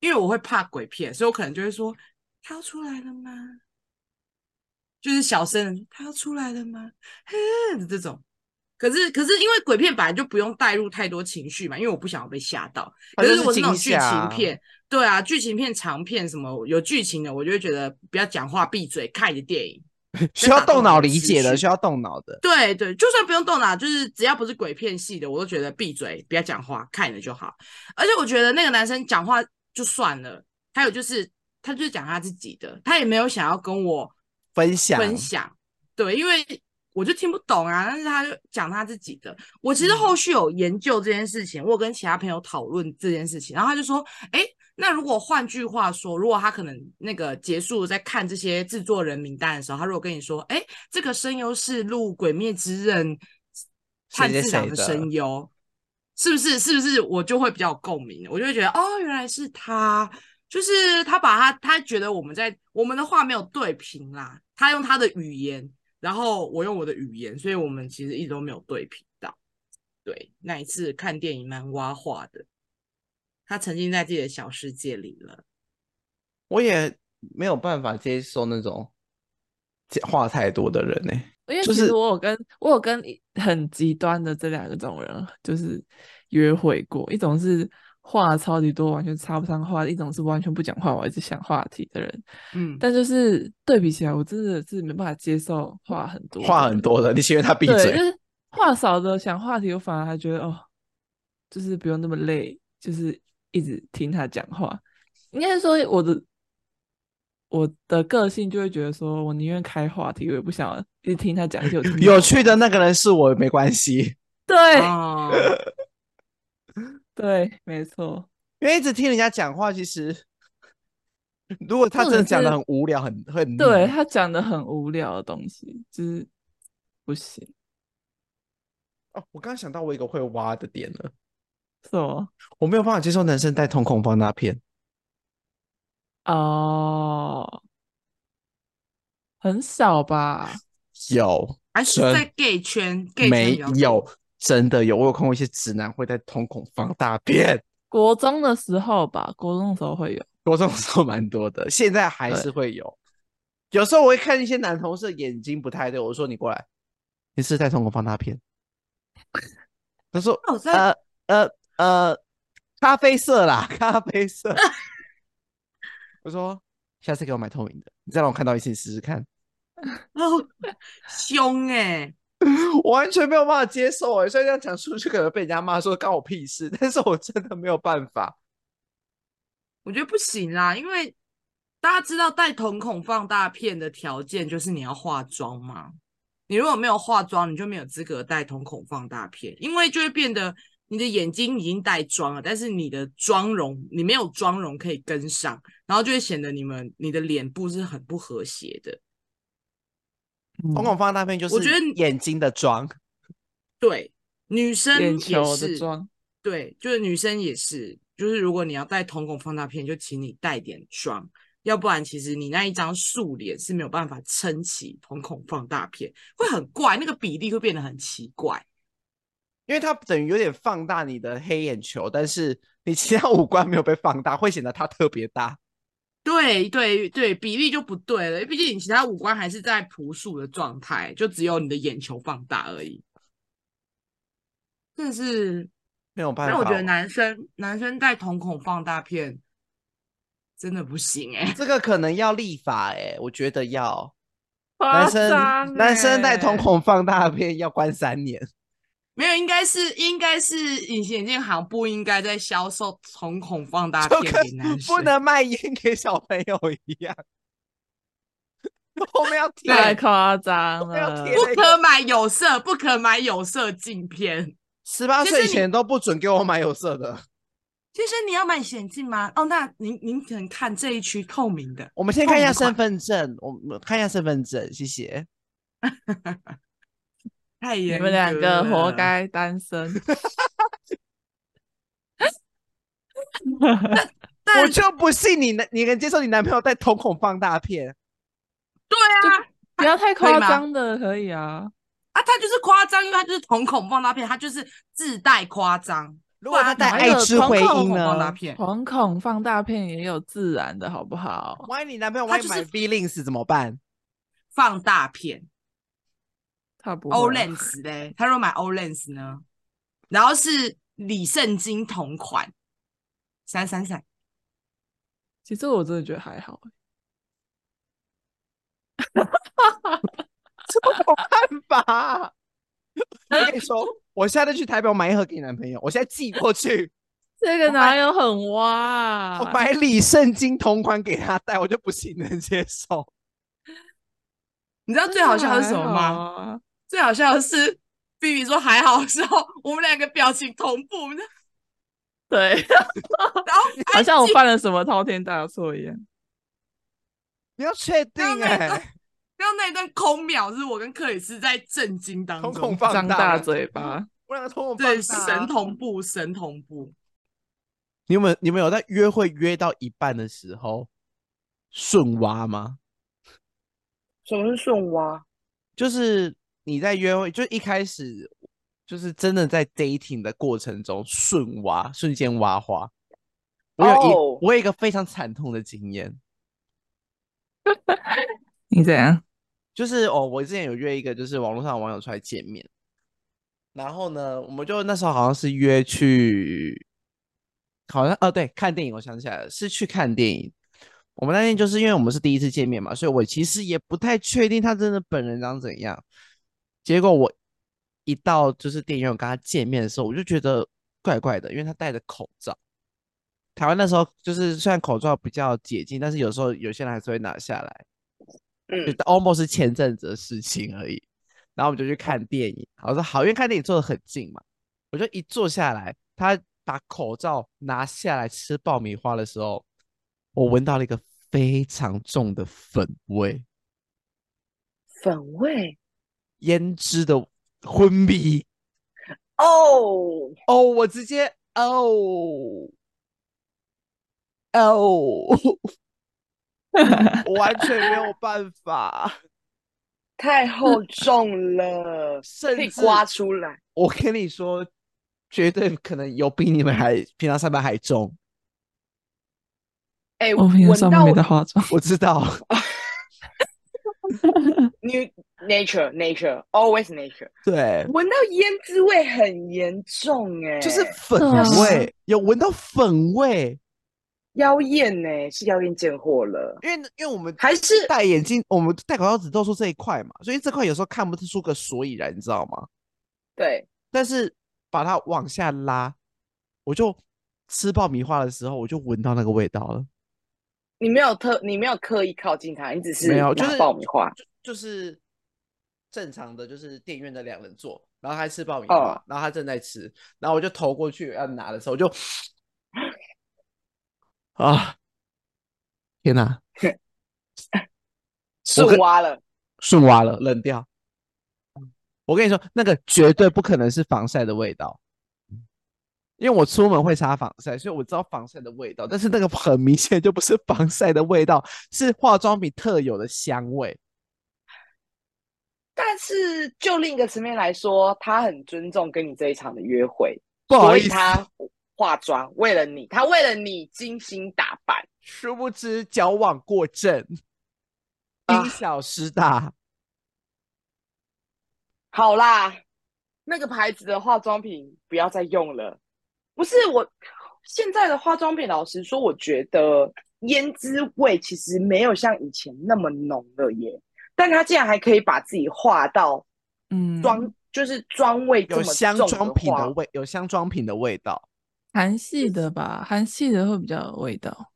Speaker 2: 因为我会怕鬼片，所以我可能就会说他要出来了吗？就是小声的他要出来了吗？哼的这种。可是可是因为鬼片本来就不用带入太多情绪嘛，因为我不想要被吓到。
Speaker 1: 它
Speaker 2: 可
Speaker 1: 就是
Speaker 2: 我是那
Speaker 1: 惊
Speaker 2: 种剧情
Speaker 1: 吓。
Speaker 2: 片，对啊，剧情片、长片什么有剧情的，我就会觉得不要讲话，闭嘴，看你的电影。
Speaker 1: 需要
Speaker 2: 打动
Speaker 1: 动
Speaker 2: 你的
Speaker 1: 脑理
Speaker 2: 思
Speaker 1: 解的，
Speaker 2: 绪
Speaker 1: 需要动脑的。
Speaker 2: 对对，就算不用动脑，就是只要不是鬼片系的，我都觉得闭嘴，不要讲话，看了就好。而且我觉得那个男生讲话就算了，还有就是他就是讲他自己的，他也没有想要跟我
Speaker 1: 分享，
Speaker 2: 分享，对，因为我就听不懂啊，但是他就讲他自己的。我其实后续有研究这件事情，我有跟其他朋友讨论这件事情，然后他就说，诶，那如果换句话说，如果他可能那个结束在看这些制作人名单的时候，他如果跟你说，诶，这个声优是录《鬼灭之刃》炭
Speaker 1: 谁
Speaker 2: 治郎的
Speaker 1: 谁的
Speaker 2: 声优。是不是？是不是我就会比较有共鸣？我就会觉得哦，原来是他，就是他把他他觉得我们在我们的话没有对平啦，他用他的语言，然后我用我的语言，所以我们其实一直都没有对平到。对，那一次看电影蛮挖话的，他沉浸在自己的小世界里了。
Speaker 1: 我也没有办法接受那种讲话太多的人呢、欸
Speaker 3: 因为
Speaker 1: 就
Speaker 3: 其实
Speaker 1: 是
Speaker 3: 我有跟我有跟一很极端的这两种人就是约会过，一种是话超级多，完全插不上话；一种是完全不讲话，我一直想话题的人。
Speaker 2: 嗯，
Speaker 3: 但就是对比起来，我真的是没办法接受话很多的
Speaker 1: 话
Speaker 3: 人
Speaker 1: 很多的，你希望他闭
Speaker 3: 对，就
Speaker 1: 嘴。
Speaker 3: 是话少的想话题，我反而还觉得哦，就是不用那么累，就是一直听他讲话。应该是说我的我的个性就会觉得说，我宁愿开话题，我也不想一直听他讲一些我听不
Speaker 1: 有
Speaker 3: 懂
Speaker 1: 趣的啊那个人是我没关系，
Speaker 3: 对、
Speaker 2: 哦，
Speaker 3: 对，没错，
Speaker 1: 因为一直听人家讲话，其实 如果他
Speaker 3: 或
Speaker 1: 真
Speaker 3: 者
Speaker 1: 的讲的
Speaker 3: 是
Speaker 1: 很无聊，很很腻哦
Speaker 3: 对他讲的很无聊的东西，就是不行，
Speaker 1: 哦，我刚刚想到我一个会挖的点了，
Speaker 3: 什么
Speaker 1: 我没有办法接受男生带瞳孔放大片，
Speaker 3: 哦，很少吧？
Speaker 1: 有
Speaker 2: 还是
Speaker 1: 真
Speaker 2: 在 gay 圈，gay 圈
Speaker 1: 没
Speaker 2: 比较多
Speaker 1: 有？真的有，我有看过一些直男会带瞳孔放大片，
Speaker 3: 国中的时候吧，国中的时候会有。
Speaker 1: 国中的时候蛮多的，现在还
Speaker 3: 对
Speaker 1: 是会有。有时候我会看一些男同事眼睛不太对，我说你过来，你是不是带瞳孔放大片？他说
Speaker 2: 那我在
Speaker 1: 呃呃呃，咖啡色啦，咖啡色。 我说下次给我买透明的，你再让我看到一次，你试试看。
Speaker 2: 哦， 凶哎、
Speaker 1: 我完全没有办法接受哎、所以这样讲出去可能被人家骂说干我屁事，但是我真的没有办法。
Speaker 2: 我觉得不行啦，因为大家知道戴瞳孔放大片的条件就是你要化妆嘛。你如果没有化妆，你就没有资格戴瞳孔放大片，因为就会变得你的眼睛已经带妆了，但是你的妆容你没有妆容可以跟上，然后就会显得你们你的脸部是很不和谐的。
Speaker 1: 瞳孔放大片就是
Speaker 2: 我觉得你
Speaker 1: 眼睛的妆，
Speaker 2: 对，女生
Speaker 3: 眼
Speaker 2: 也
Speaker 3: 球的
Speaker 2: 是，
Speaker 3: 妆，
Speaker 2: 对，就是女生也是，就是如果你要戴瞳孔放大片，就请你带点妆，要不然其实你那一张素脸是没有办法撑起瞳孔放大片，会很怪，那个比例会变得很奇怪。
Speaker 1: 因为它等于有点放大你的黑眼球，但是你其他五官没有被放大，会显得它特别大。
Speaker 2: 对对对，比例就不对了，毕竟你其他五官还是在朴素的状态，就只有你的眼球放大而已。真的是，
Speaker 1: 没有办法，哦
Speaker 2: 但我觉得男生男生戴瞳孔放大片真的不行哎、
Speaker 1: 这个可能要立法哎、我觉得要
Speaker 3: 夸
Speaker 1: 男生
Speaker 3: 张
Speaker 1: 男生戴瞳
Speaker 3: 欸，
Speaker 1: 孔放大片要关三年。
Speaker 2: 没有，应该是应该是隐形眼镜行不应该在销售瞳孔放大
Speaker 1: 就
Speaker 2: 片
Speaker 1: 跟
Speaker 2: 给男生。
Speaker 1: 不能卖烟给小朋友一 样。后面要贴，
Speaker 3: 太夸张
Speaker 1: 我要
Speaker 3: 了
Speaker 1: 贴。
Speaker 2: 不可买有色，不可买有色镜片。
Speaker 1: 十八
Speaker 2: 其
Speaker 1: 岁以
Speaker 2: 实你
Speaker 1: 前都不准给我买有色的。
Speaker 2: 先生，你要买显镜吗？哦，那您您可能看这一区透明的。
Speaker 1: 我们先看一下
Speaker 2: 透明
Speaker 1: 身
Speaker 2: 款
Speaker 1: 份证，我们看一下身份证，谢谢。
Speaker 2: 太
Speaker 3: 你
Speaker 2: 严
Speaker 3: 们两
Speaker 2: 格
Speaker 3: 个活
Speaker 2: 了。
Speaker 3: 该 单身。
Speaker 2: 但
Speaker 1: 我就不信你能，你能接受你男朋友戴瞳孔放大片？
Speaker 2: 对啊，
Speaker 3: 不要太
Speaker 2: 可以
Speaker 3: 夸
Speaker 2: 吗
Speaker 3: 张的，可以啊。
Speaker 2: 啊，他就是夸张，因为他就是瞳孔放大片，他就是自带夸张。
Speaker 1: 如果他戴
Speaker 3: 哪
Speaker 1: 爱
Speaker 3: 一个
Speaker 1: 之
Speaker 3: 瞳
Speaker 1: 回
Speaker 3: 孔
Speaker 1: 音
Speaker 2: 放大
Speaker 1: 呢？
Speaker 2: 片，
Speaker 3: 瞳孔放大片也有自然的好不好？
Speaker 1: 万一你男朋友
Speaker 2: 他
Speaker 1: 万一
Speaker 2: 就
Speaker 1: 买
Speaker 2: 是
Speaker 1: V Links 怎么 办？
Speaker 2: 放大片。
Speaker 3: 他不
Speaker 2: Olens 嘞，他说买 Olens 呢，然后是李圣经同款，闪闪闪，
Speaker 3: 其实我真的觉得还好欸，
Speaker 1: 这没有办法啊。我跟你说，我下次去台北我买一盒给你男朋友，我现在寄过去。
Speaker 3: 这个
Speaker 2: 我买
Speaker 3: 哪有很挖啊
Speaker 1: 我？买李圣经同款给他戴，我就不信能接受。
Speaker 2: 你知道最好笑的是什么吗？
Speaker 3: 吗？
Speaker 2: 最好笑的是 B B 说还好的时候，我们两个表情同步，我们就
Speaker 3: 对，
Speaker 2: 然后
Speaker 3: 啊好像我
Speaker 2: 安静
Speaker 3: 犯了什么滔天大错一样。
Speaker 1: 你要确定
Speaker 2: 然后那一
Speaker 1: 哎、
Speaker 2: 段，然后那一段空秒是我跟克里斯在震惊当
Speaker 1: 瞳
Speaker 2: 中，
Speaker 1: 孔放
Speaker 3: 张
Speaker 1: 大
Speaker 3: 大
Speaker 1: 了
Speaker 3: 嘴巴，
Speaker 1: 我两个瞳孔
Speaker 2: 对
Speaker 1: 放大啊
Speaker 2: 神。同步，神同步，
Speaker 1: 你有没有你们有在约会约到一半的时候顺挖吗？
Speaker 2: 什么是顺蛙？
Speaker 1: 就是你在约会，就一开始就是真的在 dating 的过程中顺挖，瞬间挖花。我有一、
Speaker 4: 哦
Speaker 1: 我有一个非常惨痛的经验，
Speaker 3: 你怎样？
Speaker 1: 就是哦，我之前有约一个，就是网络上的网友出来见面，然后呢，我们就那时候好像是约去，好像哦对，看电影，我想起来了，是去看电影。我们那天就是因为我们是第一次见面嘛，所以我其实也不太确定他真的本人长怎样。结果我一到就是电影院，我跟他见面的时候，我就觉得怪怪的，因为他戴着口罩。台湾那时候就是虽然口罩比较解禁，但是有时候有些人还是会拿下来。就
Speaker 2: 嗯，
Speaker 1: almost 是前阵子的事情而已。然后我们就去看电影，我说好，因为看电影坐的很近嘛，我就一坐下来，他把口罩拿下来吃爆米花的时候，我闻到了一个非常重的粉味，
Speaker 2: 粉味
Speaker 1: 胭脂的昏迷
Speaker 2: 哦，
Speaker 1: 哦，我直接哦哦，我完全没有办法，
Speaker 2: 太厚重 了，
Speaker 1: 甚
Speaker 2: 可以
Speaker 1: 至
Speaker 2: 刮出来。
Speaker 1: 我跟你说，绝对可能有比你们还平常上班还重。
Speaker 2: 哎、
Speaker 3: 我平
Speaker 2: 闻
Speaker 3: 常上
Speaker 2: 到
Speaker 3: 班没在化妆，
Speaker 1: 我知 道，
Speaker 2: new nature nature always nature，
Speaker 1: 对，
Speaker 2: 闻到胭脂味很严重哎、
Speaker 1: 就是粉
Speaker 3: 对啊
Speaker 1: 味，有闻到粉味，
Speaker 2: 妖艳呢、是妖艳贱货了，
Speaker 1: 因为因为我们
Speaker 2: 还是
Speaker 1: 戴眼镜，我们戴口罩只露出这一块嘛，所以这块有时候看不出个所以然，你知道吗？
Speaker 2: 对
Speaker 1: 但是把它往下拉，我就吃爆米花的时候，我就闻到那个味道了。
Speaker 2: 你没有特你没有刻意靠近它，你只是
Speaker 1: 没有，就
Speaker 2: 拿
Speaker 1: 是
Speaker 2: 爆米花，
Speaker 1: 就就是正常的，就是电影院的两人座，然后他吃爆米
Speaker 2: 哦
Speaker 1: 花，然后他正在吃，然后我就投过去要拿的时候，我就啊，天 哪，
Speaker 2: 顺
Speaker 1: 跟
Speaker 2: 挖了。
Speaker 1: 顺挖了，冷掉。我跟你说，那个绝对不可能是防晒的味道，因为我出门会擦防晒，所以我知道防晒的味道，但是那个很明显就不是防晒的味道，是化妆品特有的香味。
Speaker 2: 但是就另一个层面来说，他很尊重跟你这一场的约会，
Speaker 1: 不好
Speaker 2: 所
Speaker 1: 意
Speaker 2: 以
Speaker 1: 思，
Speaker 2: 他化妆为了你，他为了你精心打扮。
Speaker 1: 殊不知矫枉过正，
Speaker 2: 啊
Speaker 1: 因小失大。
Speaker 2: 好啦，那个牌子的化妆品不要再用了。不是我现在的化妆品，老实说，我觉得胭脂味其实没有像以前那么浓了耶。但它竟然还可以把自己化到
Speaker 3: 嗯，
Speaker 2: 妆，就是妆味这
Speaker 1: 有
Speaker 2: 么
Speaker 1: 香
Speaker 2: 重
Speaker 1: 妆
Speaker 2: 的
Speaker 1: 品
Speaker 2: 话
Speaker 1: 的味，有香妆品的味道。
Speaker 3: 韩系的吧，韩系的会比较有味道。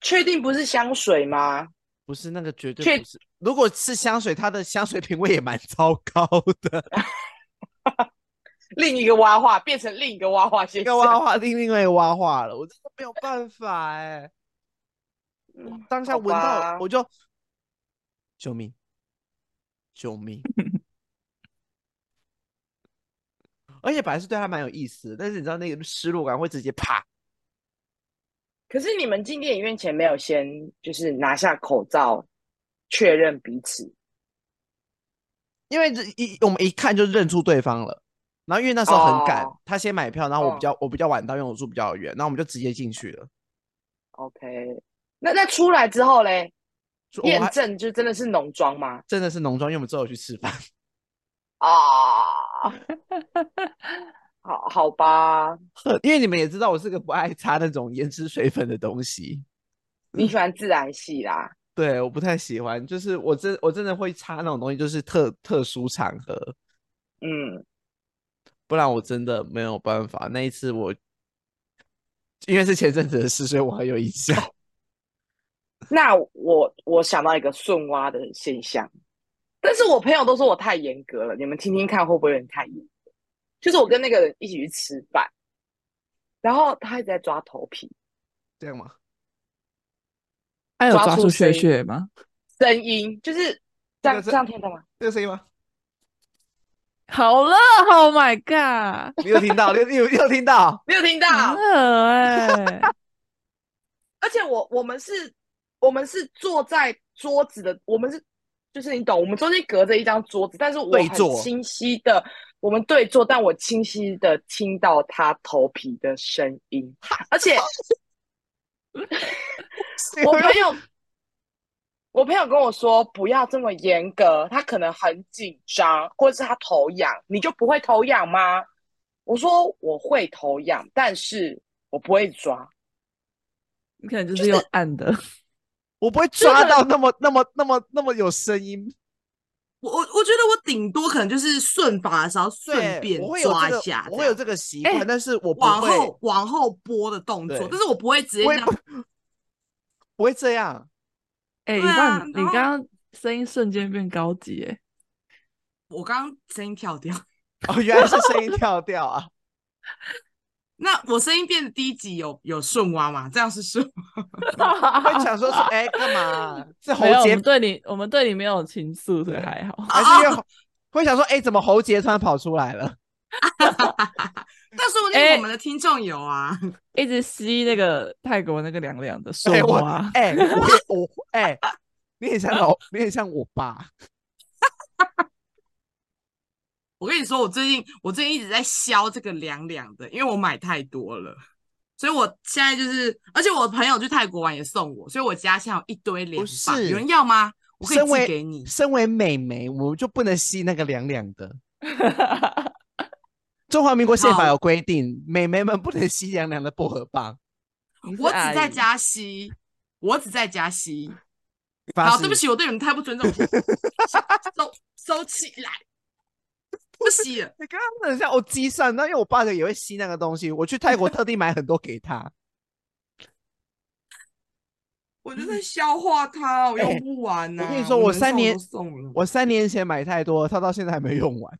Speaker 2: 确定不是香水吗？
Speaker 1: 不是那个绝
Speaker 2: 确
Speaker 1: 对不是，如果是香水，它的香水品味也蛮糟糕 的。
Speaker 2: 另一个蛙化变成另一个蛙化先
Speaker 1: 一
Speaker 2: 生
Speaker 1: 个。挖化，另另外一个挖化了，我真的没有办法哎、我
Speaker 2: 嗯
Speaker 1: 当下
Speaker 2: 好
Speaker 1: 闻到
Speaker 2: 吧
Speaker 1: 我就救命，救 命！而且本来是对他蛮有意思的，但是你知道那个失落感会直接啪，
Speaker 2: 可是你们进电影院前没有先就是拿下口罩确认彼此，
Speaker 1: 因为这一我们一看就认出对方了。然后因为那时候很赶
Speaker 2: 哦
Speaker 1: 他先买票，然后我比
Speaker 2: 嗯
Speaker 1: 较、我比较晚到，因为我住比较远，然后我们就直接进去了。
Speaker 2: OK，那那出来之后嘞，
Speaker 1: 就我
Speaker 2: 验
Speaker 1: 还
Speaker 2: 证就真的是浓妆吗？
Speaker 1: 真的是浓妆，因为我们之后有去吃饭。
Speaker 2: 啊，好好吧，
Speaker 1: 因为你们也知道我是个不爱擦那种胭脂水粉的东西，
Speaker 2: 你喜欢自然系啦，
Speaker 1: 对，我不太喜欢。就是我真我真的会擦那种东西，就是特特殊场合，
Speaker 2: 嗯，
Speaker 1: 不然我真的没有办法。那一次我因为是前阵子的事，所以我很有印象。
Speaker 2: 哦那我我想到一个顺挖的现象，但是我朋友都说我太严格了，你们听听看会不会有点太严格？就是我跟那个人一起去吃饭，然后他一直在抓头皮，
Speaker 1: 这样吗？
Speaker 3: 他有
Speaker 2: 抓
Speaker 3: 抓
Speaker 2: 住
Speaker 3: 住血
Speaker 2: 声音
Speaker 3: 血吗？
Speaker 2: 声音就是这
Speaker 1: 那
Speaker 2: 样
Speaker 1: 个是
Speaker 2: 这样听得吗？
Speaker 1: 这个声音吗？
Speaker 3: 好了，Oh my god，
Speaker 1: 你有听到？你有你有你有听到？
Speaker 2: 没有听到。
Speaker 3: 很恶哎、
Speaker 2: 而且我我们是，我们是坐在桌子的，我们是就是你懂，我们中间隔着一张桌子，但是我
Speaker 1: 对
Speaker 2: 很
Speaker 1: 坐
Speaker 2: 清晰的，我们对坐，但我清晰的听到他头皮的声 音，而且我朋友
Speaker 4: 我朋友跟我说不要这么严格，他可能很紧张，或者是他头痒，你就不会头痒吗？我说我会头痒，但是我不会抓。
Speaker 3: 你可能就是用按 的，
Speaker 1: 我不会抓到那么那么那么那么有声音，
Speaker 2: 我我我觉得我顶多可能就是顺法的时候顺便
Speaker 1: 我会有
Speaker 2: 抓
Speaker 1: 这
Speaker 2: 一
Speaker 1: 个
Speaker 2: 下，
Speaker 1: 我会有这个习
Speaker 3: 哎
Speaker 1: 惯，但是我不
Speaker 2: 往
Speaker 1: 会，
Speaker 2: 后往后拨的动作
Speaker 1: 对，
Speaker 2: 但是我不会直接
Speaker 1: 我也
Speaker 2: 这样
Speaker 1: 不 不会这样。
Speaker 3: 哎、
Speaker 2: 对
Speaker 3: 你
Speaker 2: 啊
Speaker 3: 看你
Speaker 2: 然后
Speaker 3: 刚刚声音瞬间变高 级、哎，
Speaker 2: 我刚刚声音跳掉，
Speaker 1: 哦，原来是声音跳掉啊！
Speaker 2: 那我声音变得低级有有顺挖吗？这样是顺 吗？
Speaker 1: 会想说是哎干嘛？是侯
Speaker 3: 没有，我
Speaker 1: 杰
Speaker 3: 们对你，我们对你没有情愫，所以还好。
Speaker 1: 还是因为侯会想说哎怎么侯杰突然跑出来了？
Speaker 2: 但说不定
Speaker 3: 哎
Speaker 2: 我们的听众有啊，
Speaker 3: 一直吸那个泰国那个凉凉的
Speaker 1: 哎
Speaker 3: 水
Speaker 1: 我
Speaker 3: 花，
Speaker 1: 哎我也我哎，你很像老，你很像我爸。
Speaker 2: 我跟你说，我最近我最近一直在削这个凉凉的，因为我买太多了，所以我现在就是，而且我朋友去泰国玩也送我，所以我家现在有一堆凉
Speaker 1: 不
Speaker 2: 棒，
Speaker 1: 是
Speaker 2: 有人要吗？我可以
Speaker 1: 身为
Speaker 2: 寄给你。
Speaker 1: 身为美眉，我就不能吸那个凉凉的。
Speaker 2: 哎
Speaker 1: 中华民国宪法
Speaker 2: 好
Speaker 1: 有规定，美眉们不能吸凉凉的薄荷棒。
Speaker 3: 你是
Speaker 2: 我只
Speaker 3: 阿
Speaker 2: 在
Speaker 3: 姨，
Speaker 2: 加西，我只在加 西。
Speaker 1: 发
Speaker 2: 好，
Speaker 1: 誓
Speaker 2: 对不，起，我对你们太不尊重，收收起来，不吸了。
Speaker 1: 你刚刚真的很像我积善，那因为我爸也会吸那个东西，我去泰国特地买很多给他。
Speaker 2: 我就在消化它，我用不完呢、
Speaker 1: 哎我跟你说我
Speaker 2: 能
Speaker 1: 三
Speaker 2: 送
Speaker 1: 年
Speaker 2: 都送了，
Speaker 1: 我三年前买太多，他到现在还没用完。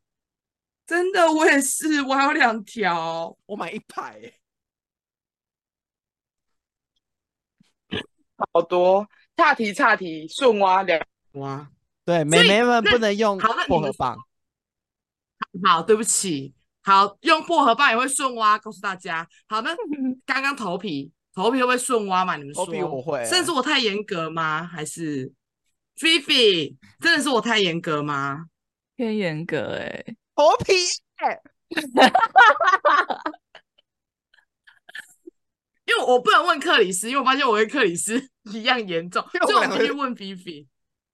Speaker 2: 真的我也是，我还有两条。
Speaker 1: 我买一排、欸，
Speaker 4: 好多岔题岔题，顺挖两
Speaker 2: 哇，
Speaker 1: 对，美眉们
Speaker 2: 那
Speaker 1: 不能用
Speaker 2: 好那你
Speaker 1: 薄
Speaker 2: 们
Speaker 1: 荷棒。
Speaker 2: 好，对不起。好，用薄荷棒也会顺挖，告诉大家。好，那刚刚头皮，头皮会不会顺挖嘛？你们说，
Speaker 1: 头皮我会
Speaker 2: 真的是我太严格吗？还是菲菲，真的是我太严格吗？
Speaker 3: 偏严格哎、欸，
Speaker 1: 头皮，
Speaker 2: 因为我不能问克里斯，因为我发现我跟克里斯 一样严重，
Speaker 1: 因为
Speaker 2: 所以
Speaker 1: 我们两
Speaker 2: 我
Speaker 1: 个
Speaker 2: 必须问菲菲。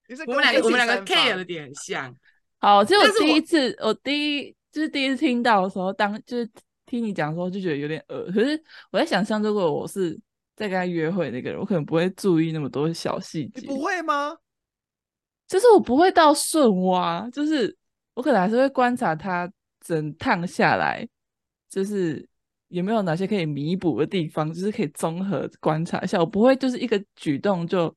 Speaker 1: 你是
Speaker 2: 我们两个我
Speaker 1: 攻
Speaker 2: 们
Speaker 1: 击
Speaker 2: 两个
Speaker 1: 性三
Speaker 2: care
Speaker 1: 方
Speaker 2: 的点很像，
Speaker 3: 好，其实
Speaker 2: 但是
Speaker 3: 我第
Speaker 2: 我
Speaker 3: 一次，我第一就是第一次听到的时候，当就是听你讲的时候，就觉得有点恶。可是我在想象，如果我是在跟他约会那个人，我可能不会注意那么多小细
Speaker 1: 你
Speaker 3: 节，
Speaker 1: 不会吗？
Speaker 3: 就是我不会到顺挖，就是我可能还是会观察他整趟下来，就是有没有哪些可以弥补的地方，就是可以综合观察一下。我不会就是一个举动就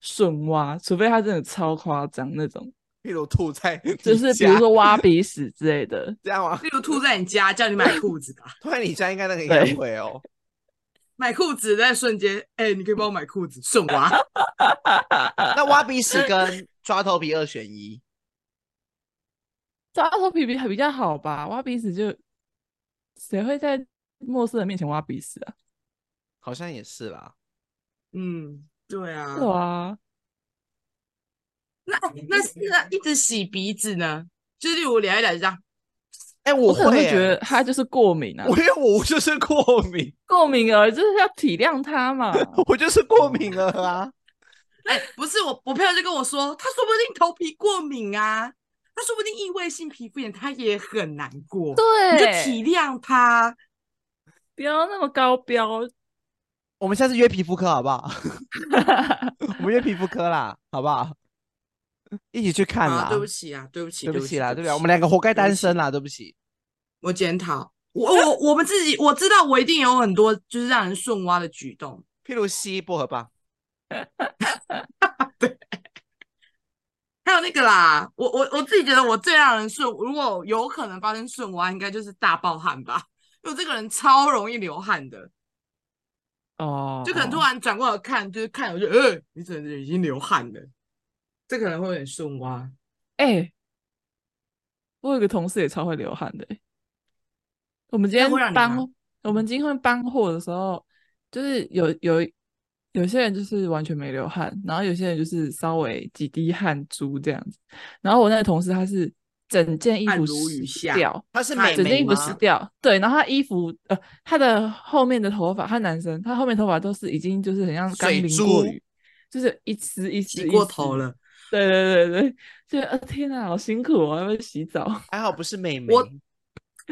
Speaker 3: 顺挖，除非他真的超夸张那种，
Speaker 1: 譬如吐在你家，
Speaker 3: 就是比如说挖鼻屎之类的。
Speaker 1: 这样吗？
Speaker 2: 例如吐在你家，叫你买裤子吧，
Speaker 1: 突然你家应该那个应该
Speaker 3: 对
Speaker 1: 会哦。
Speaker 2: 买裤子那瞬间，哎、你可以帮我买裤子，顺挖。
Speaker 1: 那挖鼻
Speaker 2: 呃
Speaker 1: 屎跟抓头皮二选一，
Speaker 3: 抓头皮比比较好吧，挖鼻屎就谁会在陌生人面前挖鼻屎啊？
Speaker 1: 好像也是啦。
Speaker 2: 嗯，对啊，
Speaker 3: 对啊，
Speaker 2: 那那是那一直洗鼻子呢？就是例如聊一聊就这样，
Speaker 1: 哎、我
Speaker 3: 我可能
Speaker 1: 会、
Speaker 3: 会
Speaker 1: 欸，
Speaker 3: 觉得他就是过敏啊
Speaker 1: 我，因为我就是过敏，
Speaker 3: 过敏儿就是要体谅他嘛。
Speaker 1: 我就是过敏了啊。
Speaker 2: 哎、不是我，我朋友就跟我说，他说不定头皮过敏啊，他说不定异位性皮肤炎，他也很难过，你就体
Speaker 3: 对，
Speaker 2: 谅他。
Speaker 3: 不要那么高标。
Speaker 1: 我们下次约皮肤科好不好？ 我们约皮肤科啦，好不好？一起去看
Speaker 2: 啊
Speaker 1: 啦。
Speaker 2: 对不，起啊，对不起，
Speaker 1: 对不
Speaker 2: 起
Speaker 1: 起啦，对不
Speaker 2: 不
Speaker 1: 起，我们两个活该
Speaker 2: 对不
Speaker 1: 单
Speaker 2: 起
Speaker 1: 身啦，对不起。
Speaker 2: 我检讨，我我我们自己我知道，我一定有很多就是让人顺挖的举动。
Speaker 1: 譬如吸薄荷棒，
Speaker 2: 还有那个啦，我我我自己觉得我最让人顺，如果有可能发生顺挖，应该就是大爆汗吧， 因为我这个人超容易流汗的。
Speaker 3: 哦，
Speaker 2: 就可能突然转过来看，就是看我就呃，你整个人已经流汗了，这可能会有点顺挖。
Speaker 3: 哎、我有个同事也超会流汗的欸、我们今
Speaker 2: 那
Speaker 3: 天
Speaker 2: 会让你
Speaker 3: 搬
Speaker 2: 吗
Speaker 3: 货，我们今天搬货的时候，就是有有有些人就是完全没流汗，然后有些人就是稍微几滴汗珠这样子。然后我那个同事他是整件衣
Speaker 2: 汗
Speaker 3: 服
Speaker 2: 如雨
Speaker 3: 湿
Speaker 2: 下
Speaker 3: 掉，
Speaker 1: 它是
Speaker 2: 看
Speaker 1: 美
Speaker 3: 整件
Speaker 1: 眉
Speaker 3: 衣服
Speaker 1: 吗？
Speaker 3: 湿掉，对，然后他衣服呃，他的后面的头发，他男生，他后面头发都是已经就是很像刚
Speaker 1: 水
Speaker 3: 淋过
Speaker 1: 珠
Speaker 3: 雨，就是一丝一丝
Speaker 2: 洗
Speaker 3: 一
Speaker 2: 过
Speaker 3: 丝
Speaker 2: 头。了。
Speaker 3: 对对对对，就啊天哪，好辛苦哦，要不要洗澡？
Speaker 1: 还好不是妹妹。
Speaker 2: 我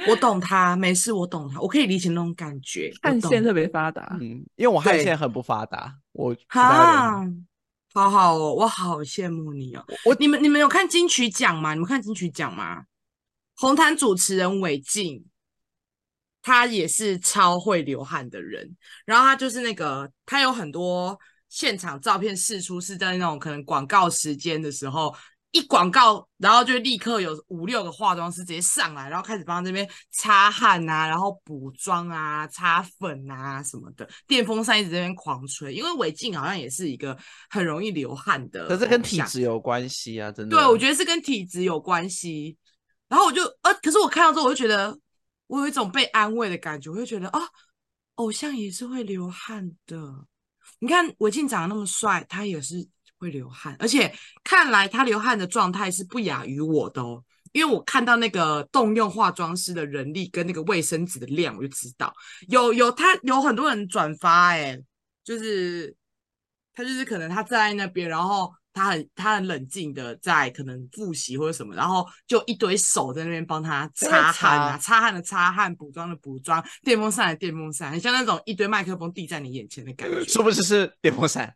Speaker 2: 我懂他，没事，我懂他，我可以理解那种感觉。我
Speaker 3: 汗
Speaker 2: 懂
Speaker 3: 腺特别发达，
Speaker 1: 嗯，因为我汗
Speaker 2: 对
Speaker 1: 腺很不发达，我不大
Speaker 2: 哈，好好哦，我好羡慕你哦。
Speaker 1: 我
Speaker 2: 你们你们有看金曲奖吗？你们看金曲奖吗？红毯主持人韦静，他也是超会流汗的人。然后他就是那个，他有很多现场照片释出是在那种可能广告时间的时候。一广告，然后就立刻有五六个化妆师直接上来，然后开始帮他这边擦汗啊，然后补妆啊、擦粉啊什么的。电风扇一直在那边狂吹，因为韦静好像也是一个很容易流汗的偶
Speaker 1: 可
Speaker 2: 像，
Speaker 1: 是跟体质有关系啊，真的。
Speaker 2: 对，我觉
Speaker 1: 得
Speaker 2: 得是跟体质有关系。然后我就呃，可是我看到之后，我就觉得我有一种被安慰的感觉，我就觉得啊，偶像也是会流汗的。你看韦静长得那么帅，他也是会流汗，而且看来他流汗的状态是不亚于我的哦。因为我看到那个动用化妆师的人力跟那个卫生纸的量，我就知道有有他有很多人转发、欸，就是他就是可能他站在那边，然后他很他很冷静的在可能复习或者什么，然后就一堆手在那边帮他
Speaker 1: 在
Speaker 2: 擦汗
Speaker 1: 擦
Speaker 2: 啊，擦汗的擦汗，补妆的补妆，电风扇的电风扇，很像那种一堆麦克风递在你眼前的感觉。
Speaker 1: 殊不知是电风扇。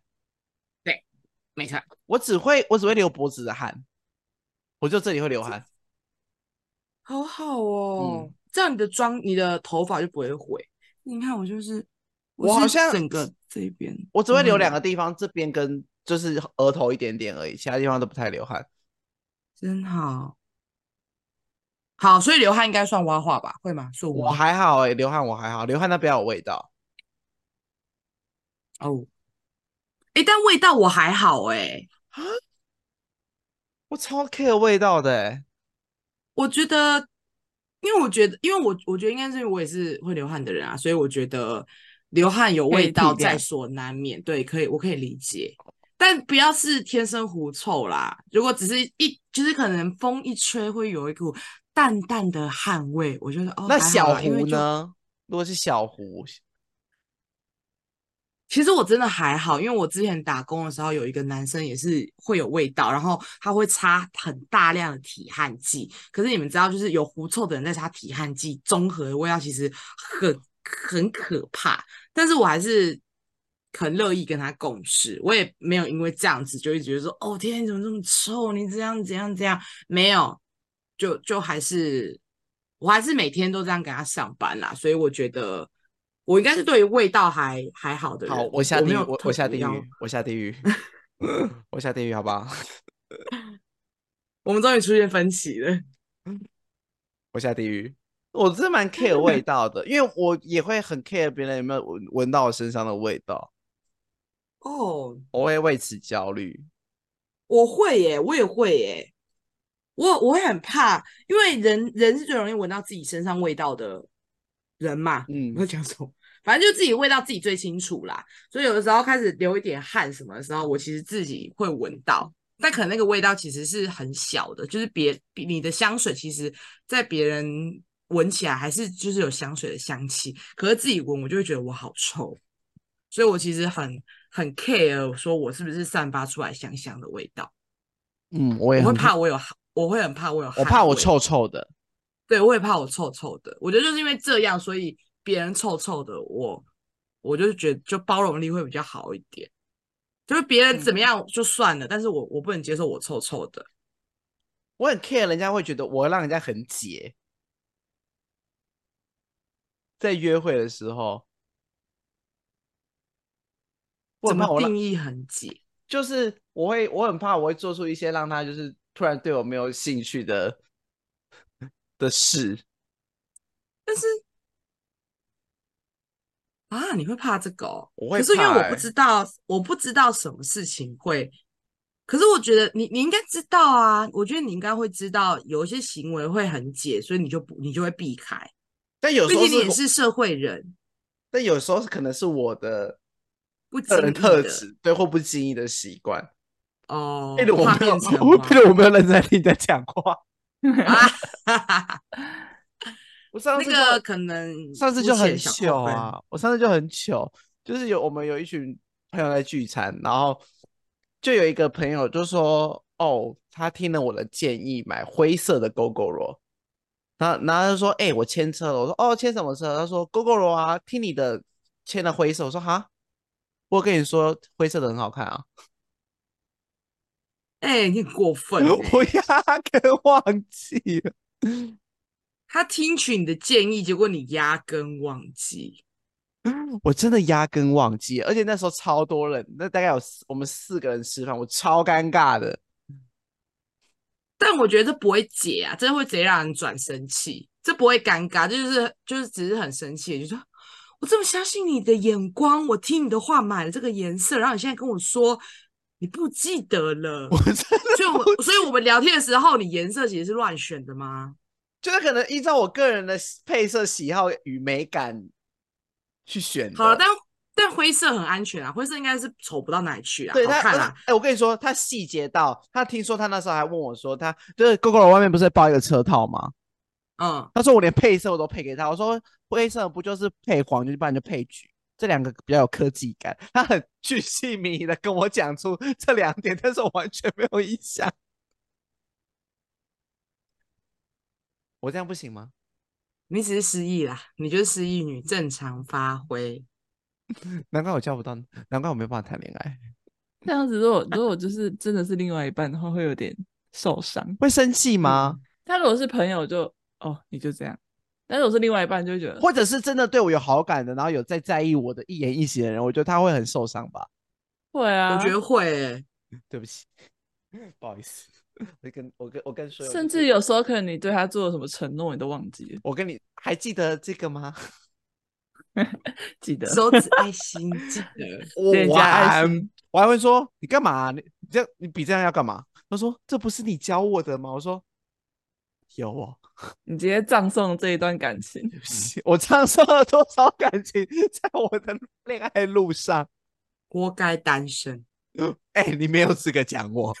Speaker 2: 没错，
Speaker 1: 我只会我只会流脖子的汗，我就这里会流汗。
Speaker 2: 好好哦，这样你的妆、你的头发就不会毁。你看我就是，
Speaker 1: 我好
Speaker 2: 是
Speaker 1: 像
Speaker 2: 整个这一边，
Speaker 1: 我只会流两
Speaker 2: 个。
Speaker 1: 个地方，这边跟就是额头一点点而已，其他地方都不太流汗。
Speaker 2: 真好。好，所以流汗应该算蛙化吧？会吗？说
Speaker 1: 我
Speaker 2: 蛙
Speaker 1: 还好哎、流汗我还好，流汗那比较有味道。
Speaker 2: 哦。哎、但味道我还好哎、
Speaker 1: 我超 care 味道的、欸，
Speaker 2: 我觉得，因为我觉得，因为我我觉得应该是因为我也是会流汗的人啊，所以我觉得流汗有
Speaker 3: 可以
Speaker 2: 味道
Speaker 3: 体
Speaker 2: 在
Speaker 3: 谅
Speaker 2: 所难免，对，可以，我可以理解。但不要是天生狐臭啦，如果只是一，就是可能风一吹会有一股淡淡的汗味，我觉得哦，
Speaker 1: 那
Speaker 2: 还好
Speaker 1: 小
Speaker 2: 啦因为
Speaker 1: 胡
Speaker 2: 就
Speaker 1: 呢？如果是小胡，
Speaker 2: 其实我真的还好，因为我之前打工的时候有一个男生也是会有味道，然后他会擦很大量的体汗剂。可是你们知道，就是有狐臭的人在擦体汗剂，综合的味道其实很很可怕。但是我还是很乐意跟他共事，我也没有因为这样子就会觉得说，哦天，你怎么这么臭？你这样怎样怎样？没有，就就还是我还是每天都这样给他上班啦，所以我觉得我应该是对于味道还还好的人。
Speaker 1: 好，我下地
Speaker 2: 呃没
Speaker 1: 狱，
Speaker 2: 有
Speaker 1: 我
Speaker 2: 特
Speaker 1: 我下
Speaker 2: 别
Speaker 1: 地
Speaker 2: 要
Speaker 1: 狱，我下地狱，我下地狱，好不好？
Speaker 2: 我们终于出现分歧了。
Speaker 1: 我下地狱。我真的蛮 care 味道的，因为我也会很 care 别人有没有闻闻到我身上的味道，
Speaker 2: 哦，
Speaker 1: 我会为此焦虑。
Speaker 2: 我会耶，我也会耶，我我会很怕，因为人人是最容易闻到自己身上味道的人嘛。
Speaker 1: 嗯
Speaker 2: 我 在讲什么？反正就自己味道自己最清楚啦，所以有的时候开始流一点汗什么的时候，我其实自己会闻到，但可能那个味道其实是很小的，就是别比你的香水其实，在别人闻起来还是就是有香水的香气，可是自己闻我就会觉得我好臭，所以我其实很很 care 说我是不是散发出来香香的味道，
Speaker 1: 嗯，我也
Speaker 2: 我会
Speaker 1: 很
Speaker 2: 怕我有汗，我会很怕我有汗
Speaker 1: 我
Speaker 2: 味，
Speaker 1: 怕我臭臭的。
Speaker 2: 对，我也怕我臭臭的。我觉得就是因为这样，所以别人臭臭的，我我就觉得就包容力会比较好一点。就是别人
Speaker 1: 嗯
Speaker 2: 怎么样就算了，但是我我不能接受我臭臭的。
Speaker 1: 我很 care 人家会觉得我让人家很解，在约会的时候，我
Speaker 2: 怎
Speaker 1: 很怕
Speaker 2: 么
Speaker 1: 我让
Speaker 2: 定义很挤？
Speaker 1: 就是我会我很怕我会做出一些让他就是突然对我没有兴趣的的事，
Speaker 2: 但是啊，你会怕这个哦？
Speaker 1: 我会
Speaker 2: 可是因为
Speaker 1: 怕
Speaker 2: 我
Speaker 1: 欸
Speaker 2: 不知道，我不知道什么事情会。可是我觉得你你应该知道啊，我觉得你应该会知道，有一些行为会很解，所以你就不你就会避开。
Speaker 1: 但有
Speaker 2: 毕
Speaker 1: 时候
Speaker 2: 竟
Speaker 1: 是
Speaker 2: 你也
Speaker 1: 我
Speaker 2: 是社会人，
Speaker 1: 但有时候是可能是我的
Speaker 2: 不
Speaker 1: 个人
Speaker 2: 经意
Speaker 1: 特
Speaker 2: 的
Speaker 1: 质，对或不经意的习惯，
Speaker 2: 哦，
Speaker 1: 变得我
Speaker 2: 怕
Speaker 1: 没有，
Speaker 2: 变成
Speaker 1: 我
Speaker 2: 吗
Speaker 1: 变得我没有认真听你在讲话。
Speaker 2: 啊，哈哈哈
Speaker 1: 我上
Speaker 2: 那
Speaker 1: 次
Speaker 2: 个
Speaker 1: 就
Speaker 2: 可能
Speaker 1: 上次
Speaker 2: 嗯肤
Speaker 1: 就
Speaker 2: 浅
Speaker 1: 很
Speaker 2: 小
Speaker 1: 糗啊
Speaker 2: 扣分
Speaker 1: 啊，我上次就很糗，就是有我们有一群朋友在聚餐，然后就有一个朋友就说，哦，他听了我的建议买灰色的 GoGo 罗，然后然后他就说，哎、我签车了，我说哦，签什么车？他说 GoGo 罗啊，听你的签了灰色，我说哈，我跟你说灰色的很好看啊，
Speaker 2: 哎、你很过 分、欸！
Speaker 1: 我压根忘记了，
Speaker 2: 他听取你的建议，结果你压根忘记。
Speaker 1: 我真的压根忘记了，而且那时候超多人，那大概有四我们四个人吃饭，我超尴尬的。
Speaker 2: 但我觉得这不会解啊，这会直接让人转生气，这不会尴尬，这就是就是只是很生气，就说我这么相信你的眼光，我听你的话买了这个颜色，然后你现在跟我说你不记得了
Speaker 1: 我，真的
Speaker 2: 所以我所以我们聊天的时候，你颜色其实是乱选的吗？
Speaker 1: 就是可能依照我个人的喜配色喜好与美感去选的。
Speaker 2: 好了，但但灰色很安全啊，灰色应该是丑不到哪里去啊，
Speaker 1: 对
Speaker 2: 好
Speaker 1: 他，
Speaker 2: 看
Speaker 1: 他
Speaker 2: 啦。
Speaker 1: 哎、我跟你说，他细节到，他听说他那时候还问我说，他就是 GoGo 外面不是包一个车套吗？
Speaker 2: 嗯，
Speaker 1: 他说我连配色我都配给他，我说灰色不就是配黄，就是不然就配橘，这两个比较有科技感。他很巨细靡遗的跟我讲出这两点，但是我完全没有印象。我这样不行吗？
Speaker 2: 你只是失忆啦，你就是失忆女，正常发挥。
Speaker 1: 难怪我交不到，难怪我没办法谈恋爱，
Speaker 3: 这样子，如果如果就是真的是另外一半的话，会有点受伤。
Speaker 1: 会生气吗？
Speaker 3: 他如果是朋友就，哦，你就这样；但是我是另外一半，就会觉得
Speaker 1: 或者是真的对我有好感的，然后有在在意我的一言一行的人，我觉得他会很受伤吧。
Speaker 3: 会啊，
Speaker 2: 我觉得会、欸，
Speaker 1: 对不起，不好意思，我跟我跟我跟所有的
Speaker 3: 甚
Speaker 1: 顾
Speaker 3: 至有时候可能你对他做了什么承诺，你都忘记了，
Speaker 1: 我跟你还记得这个 吗？
Speaker 3: 记得
Speaker 2: 手指爱心记得。
Speaker 1: 我
Speaker 3: 脸
Speaker 1: 我
Speaker 3: 颊爱
Speaker 1: 还
Speaker 3: 心
Speaker 1: 我还会说你干嘛、你你这样你比这样要干嘛？他说这不是你教我的吗？我说有哦，
Speaker 3: 你直接葬送这一段感情。
Speaker 1: 对不起，我唱上了多少感情在我的恋爱路上？
Speaker 2: 活该单身。
Speaker 1: 哎、你没有资格讲我，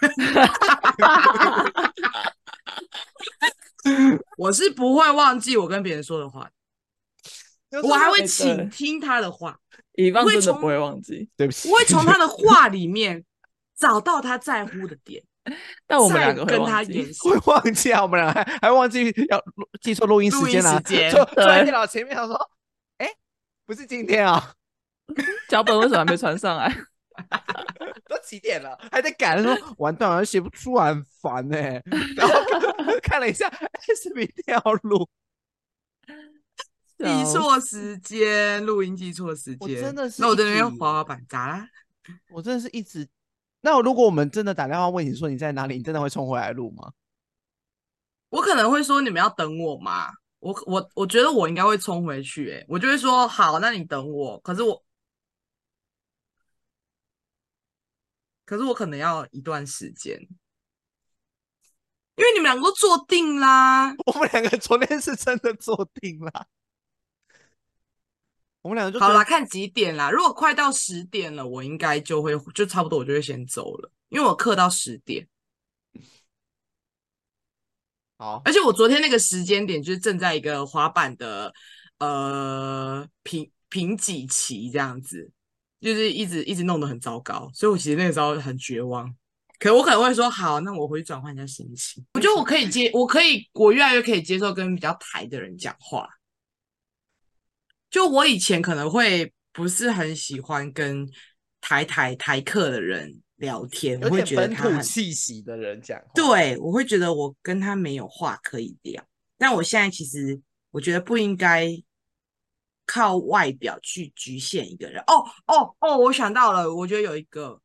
Speaker 2: 我是不会忘记我跟别人说的 话，
Speaker 1: 就是
Speaker 2: 我还会
Speaker 3: 对
Speaker 2: 倾听他的话，
Speaker 3: 遗忘
Speaker 2: 会
Speaker 3: 真的
Speaker 2: 从
Speaker 3: 不会忘记，
Speaker 1: 对不起，
Speaker 2: 我会从他的话里面找到他在乎的点，
Speaker 3: 但我们
Speaker 2: 再
Speaker 3: 两个会
Speaker 2: 跟他
Speaker 3: 忘记
Speaker 2: 演。戏
Speaker 1: 会。忘记啊，我们俩还还忘记要录记错录 音时
Speaker 2: 录音
Speaker 1: 间啦、
Speaker 2: 时间
Speaker 1: 坐坐在
Speaker 3: 啊对
Speaker 1: 电脑前面，想说，哎、不是今天啊，
Speaker 3: 脚本为什么还没传上来？
Speaker 1: 都几点了，还在赶， 说完蛋了，写不出来，很烦呢、 然后看 看了一下，哎，是明天要录，
Speaker 3: 啊
Speaker 2: 记错时间，录音记错时
Speaker 1: 我
Speaker 2: 间，
Speaker 1: 真的是
Speaker 2: 那我
Speaker 1: 一
Speaker 2: 在那边
Speaker 1: 直
Speaker 2: 滑滑板咋啦？
Speaker 1: 我真的是一直。那如果我们真的打电话问你说你在哪里，你真的会冲回来录吗？
Speaker 2: 我可能会说你们要等我吗？我我我觉得我应该会冲回去、欸，我就会说好，那你等我。可是我，可是我可能要一段时间，因为你们两个都坐定啦。
Speaker 1: 我们两个昨天是真的做定了， 我们两个就
Speaker 2: 好
Speaker 1: 觉
Speaker 2: 啦，
Speaker 1: 得
Speaker 2: 看几点啦。如果快到十点了，我应该就会就差不多，我就会先走了，因为我课到十点，
Speaker 1: 好
Speaker 2: 而且我昨天那个时间点就是正在一个滑板的呃评评几期这样子，就是一直一直弄得很糟糕，所以我其实那个时候很绝望。可我可能会说，好，那我回去转换一下心情。我觉得我可以接，我可以，我越来越可以接受跟比较台的人讲话。就我以前可能会不是很喜欢跟台台台客的人聊天，我
Speaker 1: 有
Speaker 2: 会
Speaker 1: 点
Speaker 2: 觉得
Speaker 1: 本
Speaker 2: 他
Speaker 1: 土
Speaker 2: 很
Speaker 1: 气息的人讲话，，
Speaker 2: 对，我会觉得我跟他没有话可以聊，但我现在其实我觉得不应该靠外表去局限一个人。哦哦哦，我想到了，我觉得有一个，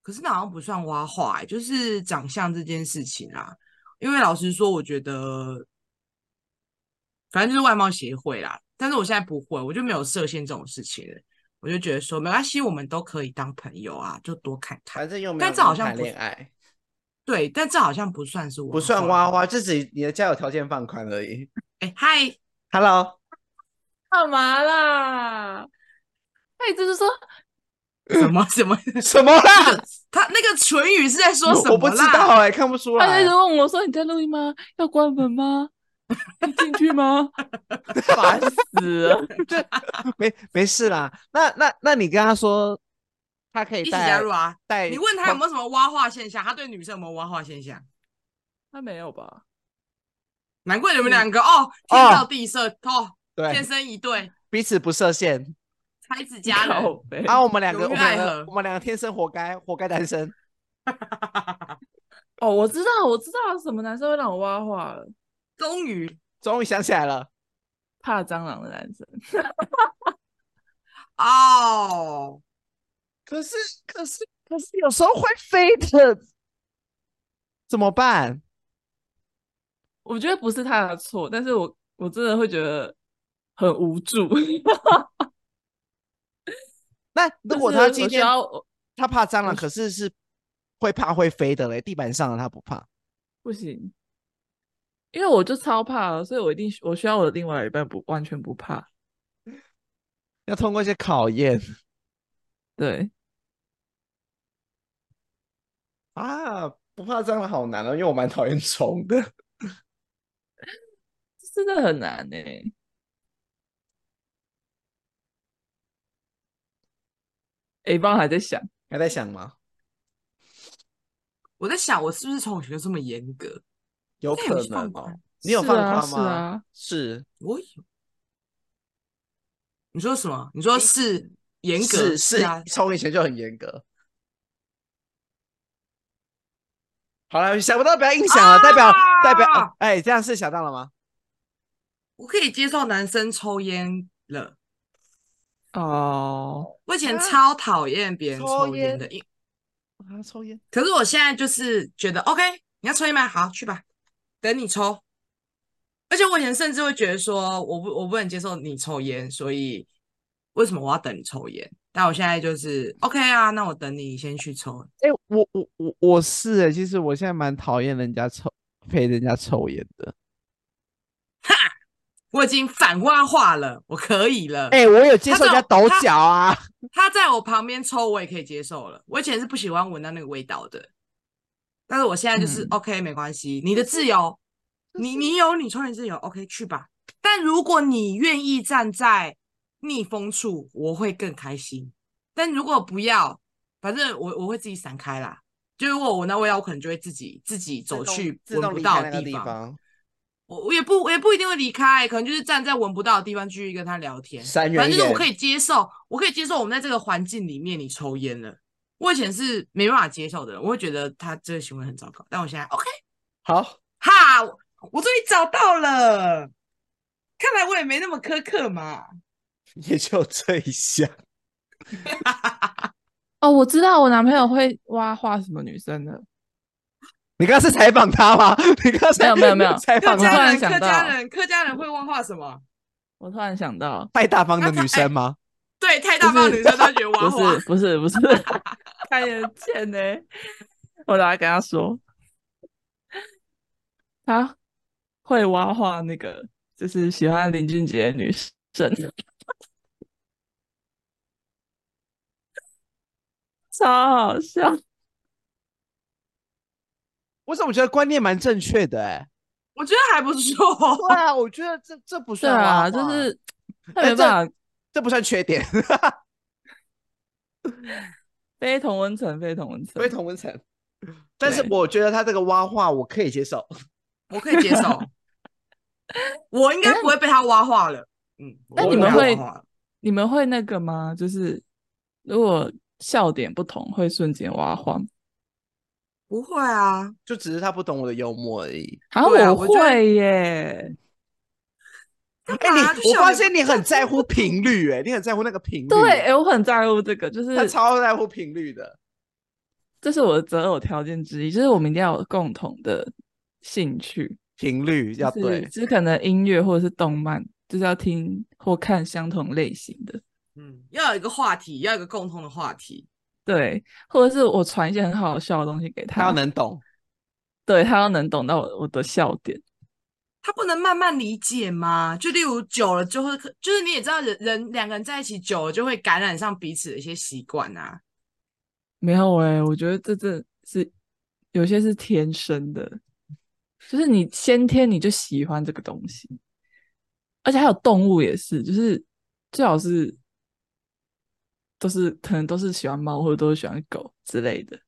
Speaker 2: 可是那好像不算挖话、欸，就是长相这件事情啊。因为老实说，我觉得反正就是外貌协会啦，但是我现在不会，我就没有设限这种事情了。我就觉得说没关系，我们都可以当朋友啊，就多看看。
Speaker 1: 反正又没有
Speaker 2: 但
Speaker 1: 人
Speaker 2: 这好像
Speaker 1: 谈
Speaker 2: 不
Speaker 1: 恋爱，
Speaker 2: 对，但这好像不算是
Speaker 1: 不算
Speaker 2: 挖
Speaker 1: 挖花，就只你的交友条件放宽而已。
Speaker 2: 哎，嗨，
Speaker 1: Hello，
Speaker 3: 干嘛啦？他一直就说
Speaker 2: 什么什么？
Speaker 1: 什么啦？
Speaker 2: 他那个唇语是在 说什么啦？
Speaker 1: 我不知道哎、看不出
Speaker 3: 他
Speaker 1: 来
Speaker 3: 一直。问我说：“你在录音吗？ 要关门吗？要进去吗？” 烦死了！
Speaker 1: 没没事啦。那那那你跟他说他可以
Speaker 2: 一起
Speaker 1: 带
Speaker 2: 加入啊！
Speaker 1: 带
Speaker 2: 你问他有没有什么挖化现象，他对女生有没有挖化现象？
Speaker 3: 他没有吧？
Speaker 2: 难怪你们两个哦，天造地设哦，
Speaker 1: 嗯
Speaker 2: 天
Speaker 1: 对
Speaker 2: 生一对，
Speaker 1: 彼此不设限，
Speaker 2: 才子佳人。
Speaker 3: 靠北
Speaker 1: 啊，我们两个
Speaker 2: 永
Speaker 1: 我
Speaker 2: 浴
Speaker 1: 们两
Speaker 2: 爱
Speaker 1: 个
Speaker 2: 河
Speaker 1: 我们两个天生活该活该单身，
Speaker 3: 哦，我知道，我知道什么男生会让我挖话了，
Speaker 2: 终于
Speaker 1: 终于想起来了，
Speaker 3: 怕蟑螂的男生。
Speaker 2: 哦，
Speaker 1: 可是可是可是有时候会飞的，怎么办？
Speaker 3: 我觉得不是他的错，但是我我真的会觉得很无助。
Speaker 1: 那
Speaker 3: 就
Speaker 1: 如果
Speaker 3: 是
Speaker 1: 他
Speaker 3: 我
Speaker 1: 今
Speaker 3: 需
Speaker 1: 天
Speaker 3: 要我
Speaker 1: 他怕蟑螂，可是是会怕会飞的嘞，地板上的他不怕。
Speaker 3: 不行，因为我就超怕了，所以我一定我需要我的另外一半不完全不怕。
Speaker 1: 要通过一些考验
Speaker 3: 对，
Speaker 1: 啊！不怕蟑螂好难哦，因为我蛮讨厌虫的。
Speaker 3: 这真的很难欸呢、A 棒还在想，
Speaker 1: 还在想吗？
Speaker 2: 我在想，我是不是从小就这么严格？
Speaker 1: 有
Speaker 2: 那有
Speaker 1: 可
Speaker 2: 去
Speaker 1: 能
Speaker 2: 放
Speaker 1: 哦
Speaker 2: 宽。
Speaker 1: 你有
Speaker 3: 是
Speaker 1: 放
Speaker 3: 啊
Speaker 1: 宽
Speaker 3: 是
Speaker 1: 吗？
Speaker 3: 啊，
Speaker 1: 是
Speaker 2: 我有。你说什么？你说是严格？
Speaker 1: 是是
Speaker 2: 啊，，
Speaker 1: 从以前就很严格。好了，想不到不要硬想了，代表代表
Speaker 2: 啊，
Speaker 1: 哎，这样是想到了吗？
Speaker 2: 我可以接受男生抽烟了。
Speaker 3: 哦，
Speaker 2: 我以前
Speaker 1: 啊
Speaker 2: 超讨厌别人
Speaker 1: 抽
Speaker 2: 抽烟的，
Speaker 1: 烟
Speaker 2: 因
Speaker 1: 啊，抽烟
Speaker 2: 可是我现在就是觉得，OK，你要抽烟吗？好，去吧，等你抽。而且我以前甚至会觉得说，我不我不能接受你抽烟，所以为什么我要等你抽烟？但我现在就是 OK 啊，那我等你先去抽。
Speaker 1: 哎、我我我我是哎、其实我现在蛮讨厌人家抽陪人家抽烟的。
Speaker 2: 我已经反挖话了，我可以了。
Speaker 1: 哎、我有接
Speaker 2: 他
Speaker 1: 受人
Speaker 2: 这
Speaker 1: 家
Speaker 2: 种
Speaker 1: 抖
Speaker 2: 他
Speaker 1: 脚啊，
Speaker 2: 他在我旁边抽，我也可以接受了。我以前是不喜欢闻到那个味道的，但是我现在就是、
Speaker 3: 嗯
Speaker 2: OK，没关系，你的自由，
Speaker 1: 就是
Speaker 2: 你你有你抽你自由，OK 去吧。但如果你愿意站在逆风处，我会更开心。但如果不要，反正我我会自己闪开啦。就如果我闻到味道，我可能就会自己自己 走去
Speaker 1: 自
Speaker 2: 闻
Speaker 1: 动
Speaker 2: 不
Speaker 1: 离开
Speaker 2: 到的
Speaker 1: 那个
Speaker 2: 地方。
Speaker 1: 方，
Speaker 2: 我我也不我也不一定会离开，可能就是站在闻不到的地方继续跟他聊天。
Speaker 1: 三
Speaker 2: 反
Speaker 1: 元
Speaker 2: 正就是我
Speaker 1: 眼
Speaker 2: 可以接受，我可以接受我们在这个环境里面你抽烟了。我以前是没办法接受的人，我会觉得他这个行为很糟糕。但我现在 OK，
Speaker 1: 好，
Speaker 2: 哈，我我终于找到了，看来我也没那么苛刻嘛。
Speaker 1: 也就这一项。
Speaker 3: 哦，我知道我男朋友会挖话什么女生的，
Speaker 1: 你刚刚是采访他吗？ 你刚刚
Speaker 3: 没有没有没有
Speaker 1: 采
Speaker 2: 客
Speaker 1: 访他
Speaker 3: 突
Speaker 2: 家
Speaker 3: 然
Speaker 2: 人，
Speaker 3: 想
Speaker 2: 客
Speaker 3: 到
Speaker 2: 家人，客家人会问话什么？
Speaker 3: 我突然想到，
Speaker 1: 太大方的
Speaker 2: 他
Speaker 1: 女
Speaker 2: 他哎
Speaker 1: 生吗？
Speaker 2: 对，太大方的女生都会觉得 哇
Speaker 3: 不
Speaker 2: 哇
Speaker 3: 是。不是不是，看得见呢、我等下跟他说，他会挖话那个，就是喜欢林俊杰的女生， 超好笑。
Speaker 1: 我怎么觉得观念蛮正确的、哎，
Speaker 2: 我觉得还不 错，
Speaker 1: 对啊，我觉得这这不
Speaker 3: 对
Speaker 1: 算
Speaker 3: 啊，
Speaker 1: 挖
Speaker 3: 就
Speaker 1: 话
Speaker 3: 是他
Speaker 1: 哎
Speaker 3: 没
Speaker 1: 这
Speaker 3: 办法，
Speaker 1: 这不算缺点，
Speaker 3: 非同温层，非同温层，
Speaker 1: 非 同温层。但是
Speaker 3: 对
Speaker 1: 我觉得他这个挖话我可以接受，
Speaker 2: 我可以接受。我应该不会被他挖化了。嗯，
Speaker 3: 那
Speaker 2: 我
Speaker 3: 你
Speaker 2: 不
Speaker 3: 们
Speaker 2: 被他
Speaker 3: 会
Speaker 2: 挖化了
Speaker 3: 你们会那个吗？就是如果笑点不同，会瞬间挖话吗。
Speaker 2: 不会啊？
Speaker 1: 就只是他不懂我的幽默而已。
Speaker 3: 好
Speaker 2: 对啊
Speaker 3: 像
Speaker 2: 我觉得
Speaker 3: 会耶，
Speaker 2: 干
Speaker 1: 哎、
Speaker 2: 嘛？啊就
Speaker 1: 你我
Speaker 2: 笑
Speaker 1: 发
Speaker 2: 也
Speaker 1: 现
Speaker 2: 不
Speaker 1: 你很在乎频率、哎，你很在乎那个频率，
Speaker 3: 对，哎，我很在乎这个，就是
Speaker 1: 嗯他超在乎频率的。
Speaker 3: 这是我的择偶条件之一，就是我们一定要有共同的兴趣，
Speaker 1: 频率要
Speaker 3: 就是
Speaker 1: 对，
Speaker 3: 就是可能音乐或者是动漫，就是要听或看相同类型的，
Speaker 2: 嗯，要有一个话题，要有一个共同的话题。
Speaker 3: 对，或者是我传一些很好笑的东西给
Speaker 1: 他
Speaker 3: 他，
Speaker 1: 要能懂。
Speaker 3: 对他要能懂到我我的笑点，
Speaker 2: 他不能慢慢理解吗？就例如久了就会，就是你也知道人，人两个人在一起久了就会感染上彼此的一些习惯啊。
Speaker 3: 没有哎、我觉得这真是有些是天生的，就是你先天你就喜欢这个东西，而且还有动物也是，就是最好是都是可能都是喜欢猫或者都是喜欢狗之类的，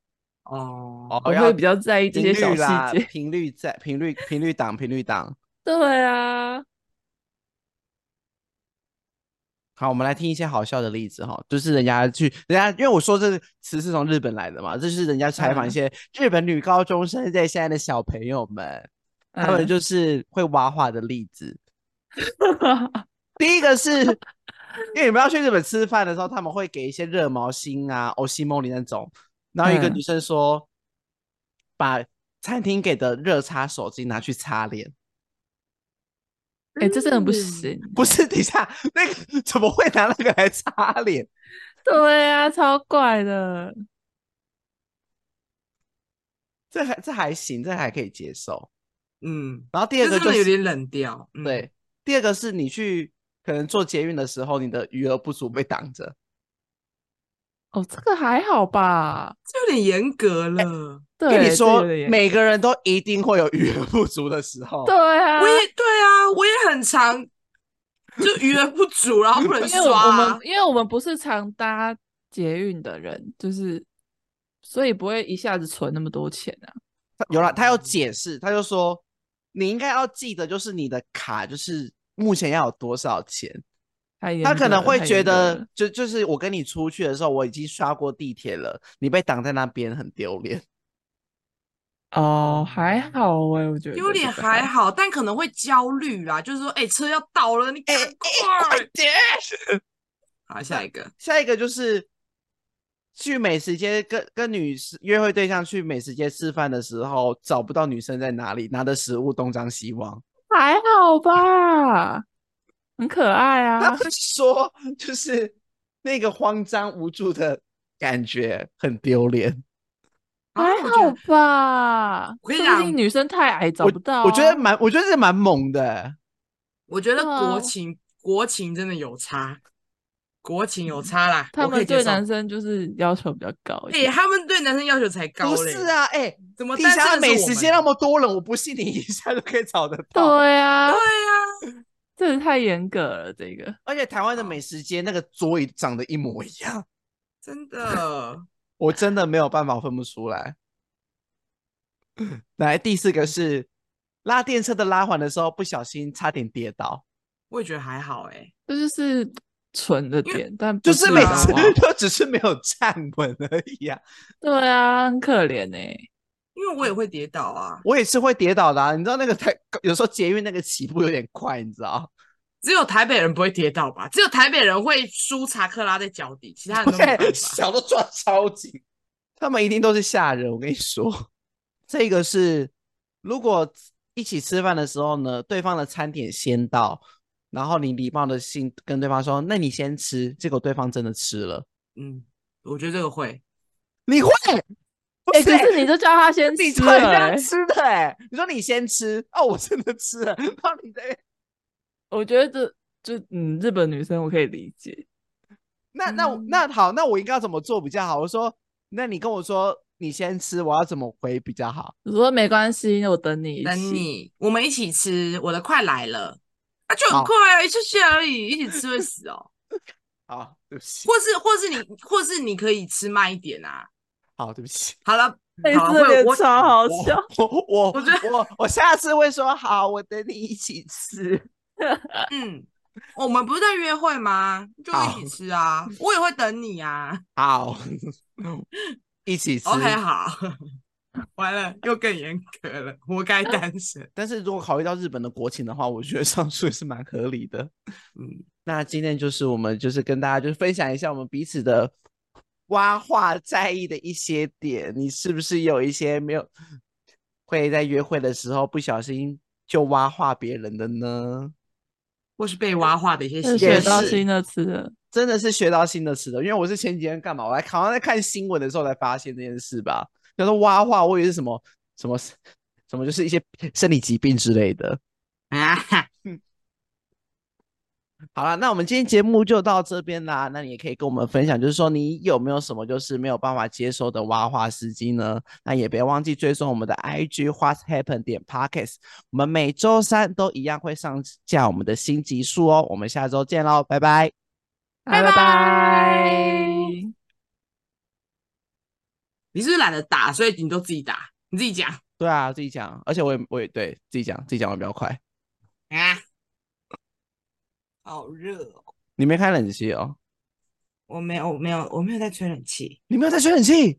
Speaker 2: 哦，
Speaker 1: 哦
Speaker 3: 我
Speaker 1: 要
Speaker 3: 会比较在意这
Speaker 1: 频
Speaker 3: 些小
Speaker 1: 率啦
Speaker 3: 细节。
Speaker 1: 频率在频率频率档频率档。
Speaker 3: 对啊，
Speaker 1: 好，我们来听一些好笑的例子哈，就是人家去人家，因为我说这个词是从日本来的嘛，这是人家采访一
Speaker 3: 嗯
Speaker 1: 些日本女高中生在现在的小朋友们，他们
Speaker 3: 嗯
Speaker 1: 就是会挖话的例子。第一个是，因为你们要去日本吃饭的时候，他们会给一些热毛巾啊、欧西莫里那种。然后一个
Speaker 3: 嗯
Speaker 1: 女生说，把餐厅给的热擦手巾拿去擦脸，
Speaker 3: 哎、这真的不
Speaker 2: 嗯
Speaker 3: 行。欸
Speaker 1: 不是？ 底下那个怎么会拿那个来擦脸？
Speaker 3: 对啊，超怪的。
Speaker 1: 这还这还行，这还可以接受。
Speaker 2: 嗯，
Speaker 1: 然后第
Speaker 2: 就
Speaker 1: 二
Speaker 2: 是
Speaker 1: 个
Speaker 2: 他
Speaker 1: 就
Speaker 2: 们有
Speaker 1: 是
Speaker 2: 点冷掉，嗯，
Speaker 1: 对，第二个是你去可能做捷运的时候，你的余额不足被挡着。
Speaker 3: 哦，这个还好吧？
Speaker 2: 这有点严格了。
Speaker 3: 对，
Speaker 1: 跟你
Speaker 3: 这
Speaker 1: 说
Speaker 3: 有点，严
Speaker 1: 每个人都一定会有余额不足的时候。
Speaker 3: 对啊
Speaker 2: 我，也对啊，我也很常就余额不足，然后不能
Speaker 3: 因为我我
Speaker 2: 刷啊
Speaker 3: 们。因为我们不是常搭捷运的人，就是所以不会一下子存那么多钱啊。
Speaker 1: 他有了，他有解释，他就说你应该要记得，就是你的卡就是目前要有多少钱。
Speaker 3: 太严
Speaker 1: 他
Speaker 3: 格
Speaker 1: 可能
Speaker 3: 了
Speaker 1: 会
Speaker 3: 太
Speaker 1: 觉
Speaker 3: 严格
Speaker 1: 得
Speaker 3: 了，
Speaker 1: 就就是我跟你出去的时候，我已经刷过地铁了，你被挡在那边很丢脸。
Speaker 3: 哦，还好哎、我觉得
Speaker 2: 有点
Speaker 3: 这个
Speaker 2: 还好，但可能会焦虑啦，就是说，哎、车要到了，你赶快！
Speaker 1: 姐，
Speaker 2: 好，下一个，
Speaker 1: 下一个就是去美食街跟跟女士约会对象去美食街吃饭的时候，找不到女生在哪里，拿着食物东张西望。
Speaker 3: 还好吧，很可爱
Speaker 1: 他
Speaker 3: 啊
Speaker 1: 们。说就是那个慌张无助的感觉很丢脸。
Speaker 2: 啊
Speaker 3: 还
Speaker 2: 我觉得
Speaker 3: 好吧，
Speaker 2: 我跟你
Speaker 3: 说不定
Speaker 2: 讲
Speaker 3: 女生太矮找
Speaker 1: 我
Speaker 3: 不到啊、
Speaker 1: 我觉得蛮，我觉得这蛮猛的欸。
Speaker 2: 我觉得
Speaker 3: 对啊
Speaker 2: 国情国情真的有差，国情有差啦，
Speaker 3: 嗯他
Speaker 2: 我可以
Speaker 3: 们
Speaker 2: 接受。
Speaker 3: 对男生就是要求比较高一
Speaker 2: 哎、
Speaker 3: 点。
Speaker 2: 他们对男生要求才高
Speaker 1: 不
Speaker 2: 嘞，
Speaker 1: 是，啊，哎、
Speaker 2: 怎么
Speaker 1: 地
Speaker 2: 单身
Speaker 1: 下
Speaker 2: 的是
Speaker 1: 美
Speaker 2: 我
Speaker 1: 食
Speaker 2: 们
Speaker 1: 街那么多人，我不信你一下就可以找得到。
Speaker 3: 对啊，
Speaker 2: 对啊，
Speaker 3: 这也太严格了，这个
Speaker 1: 而且台湾的美食街那个桌椅长得一模一样，
Speaker 2: 真的。
Speaker 1: 我真的没有办法分不出来。来，第四个是拉电车的拉环的时候不小心差点跌倒，
Speaker 2: 我也觉得还好哎、
Speaker 3: 这就是蠢的点，但不
Speaker 1: 就是
Speaker 3: 至于
Speaker 1: 每
Speaker 3: 到
Speaker 2: 啊
Speaker 1: 次
Speaker 3: 哇
Speaker 1: 都 只是没有站稳而已啊。
Speaker 3: 对啊，很可怜哎、
Speaker 2: 因为我也会跌倒啊，
Speaker 1: 我也是会跌倒的、啊，你知道那个太有时候捷运那个起步有点快，你知道？
Speaker 2: 只有台北人不会跌倒吧？只有台北人会输查克拉在脚底，其他人都没 办
Speaker 1: 对，
Speaker 2: 法。
Speaker 1: 脚都抓超紧，他们一定都是吓人。我跟你说，这个是如果一起吃饭的时候呢，对方的餐点先到，然后你礼貌的性跟对方说：“那你先吃。”结果对方真的吃了，
Speaker 2: 嗯，我觉得这个会，
Speaker 1: 你会？
Speaker 3: 哎、可是你就叫他先
Speaker 1: 你
Speaker 3: 吃
Speaker 1: 叫
Speaker 3: 了、
Speaker 1: 人家
Speaker 3: 欸，
Speaker 1: 吃的哎、你说你先吃哦，我真的吃了，然后你在那边
Speaker 3: 我觉得这就嗯，日本女生我可以理解，
Speaker 1: 那那
Speaker 3: 嗯
Speaker 1: 我那好，那我应该要怎么做比较好？我说，那你跟我说你先吃，我要怎么回比较好？
Speaker 3: 我说没关系，那我等你一
Speaker 2: 等
Speaker 3: 起。
Speaker 2: 你，我们一起吃，我的快来了，啊，就很
Speaker 1: 好
Speaker 2: 快啊，一下下而已，一起吃会死哦。
Speaker 1: 好，对不起，
Speaker 2: 或是或是你，或是你可以吃慢一点啊。
Speaker 1: 好，对不起，
Speaker 2: 好了，
Speaker 3: 哎、
Speaker 2: 好了
Speaker 3: 这
Speaker 2: 会
Speaker 3: 点
Speaker 2: 我
Speaker 3: 超好
Speaker 1: 我
Speaker 3: 笑，
Speaker 1: 我我
Speaker 2: 我觉得
Speaker 1: 我我下次会说好，我等你一起吃。
Speaker 2: 嗯，我们不是在约会吗？就
Speaker 1: 好
Speaker 2: 一起吃啊，我也会等你啊。
Speaker 1: 好，一起吃。
Speaker 2: OK，好，哦 完了又更严格了，活该单身。
Speaker 1: 但是如果考虑到日本的国情的话，我觉得上述也是蛮合理的。
Speaker 2: 嗯，
Speaker 1: 那今天就是我们就是跟大家就是分享一下我们彼此的挖话在意的一些点，你是不是有一些没有会在约会的时候不小心就挖话别人的呢？
Speaker 2: 或是被挖化的一些
Speaker 3: 又
Speaker 2: 习
Speaker 1: 也
Speaker 2: 惯
Speaker 3: 学到
Speaker 1: 是
Speaker 3: 新的词了。
Speaker 1: 真的是学到新的词的，因为我是前几天干嘛，我来好像在看新闻的时候才发现这件事吧。叫做挖话，我以为是什么什么什么，就是一些生理疾病之类的。
Speaker 2: 啊哈，
Speaker 1: 好了，那我们今天节目就到这边啦。那你也可以跟我们分享，就是说你有没有什么就是没有办法接受的挖话司机呢？那也别忘记追踪我们的 IG What Happen 点 Pockets，我们每周三都一样会上架我们的新集数哦。我们下周见喽，拜拜。
Speaker 3: 好拜拜
Speaker 2: 你是不是懒得打，所以你都自己打，你自己讲
Speaker 1: 对啊，自己讲，而且我也我也对自己讲，自己讲会比较快。
Speaker 2: 啊？好热哦！
Speaker 1: 你没开冷气哦？
Speaker 2: 我没有，我没有，我没有在吹冷气。
Speaker 1: 你没有在吹冷气？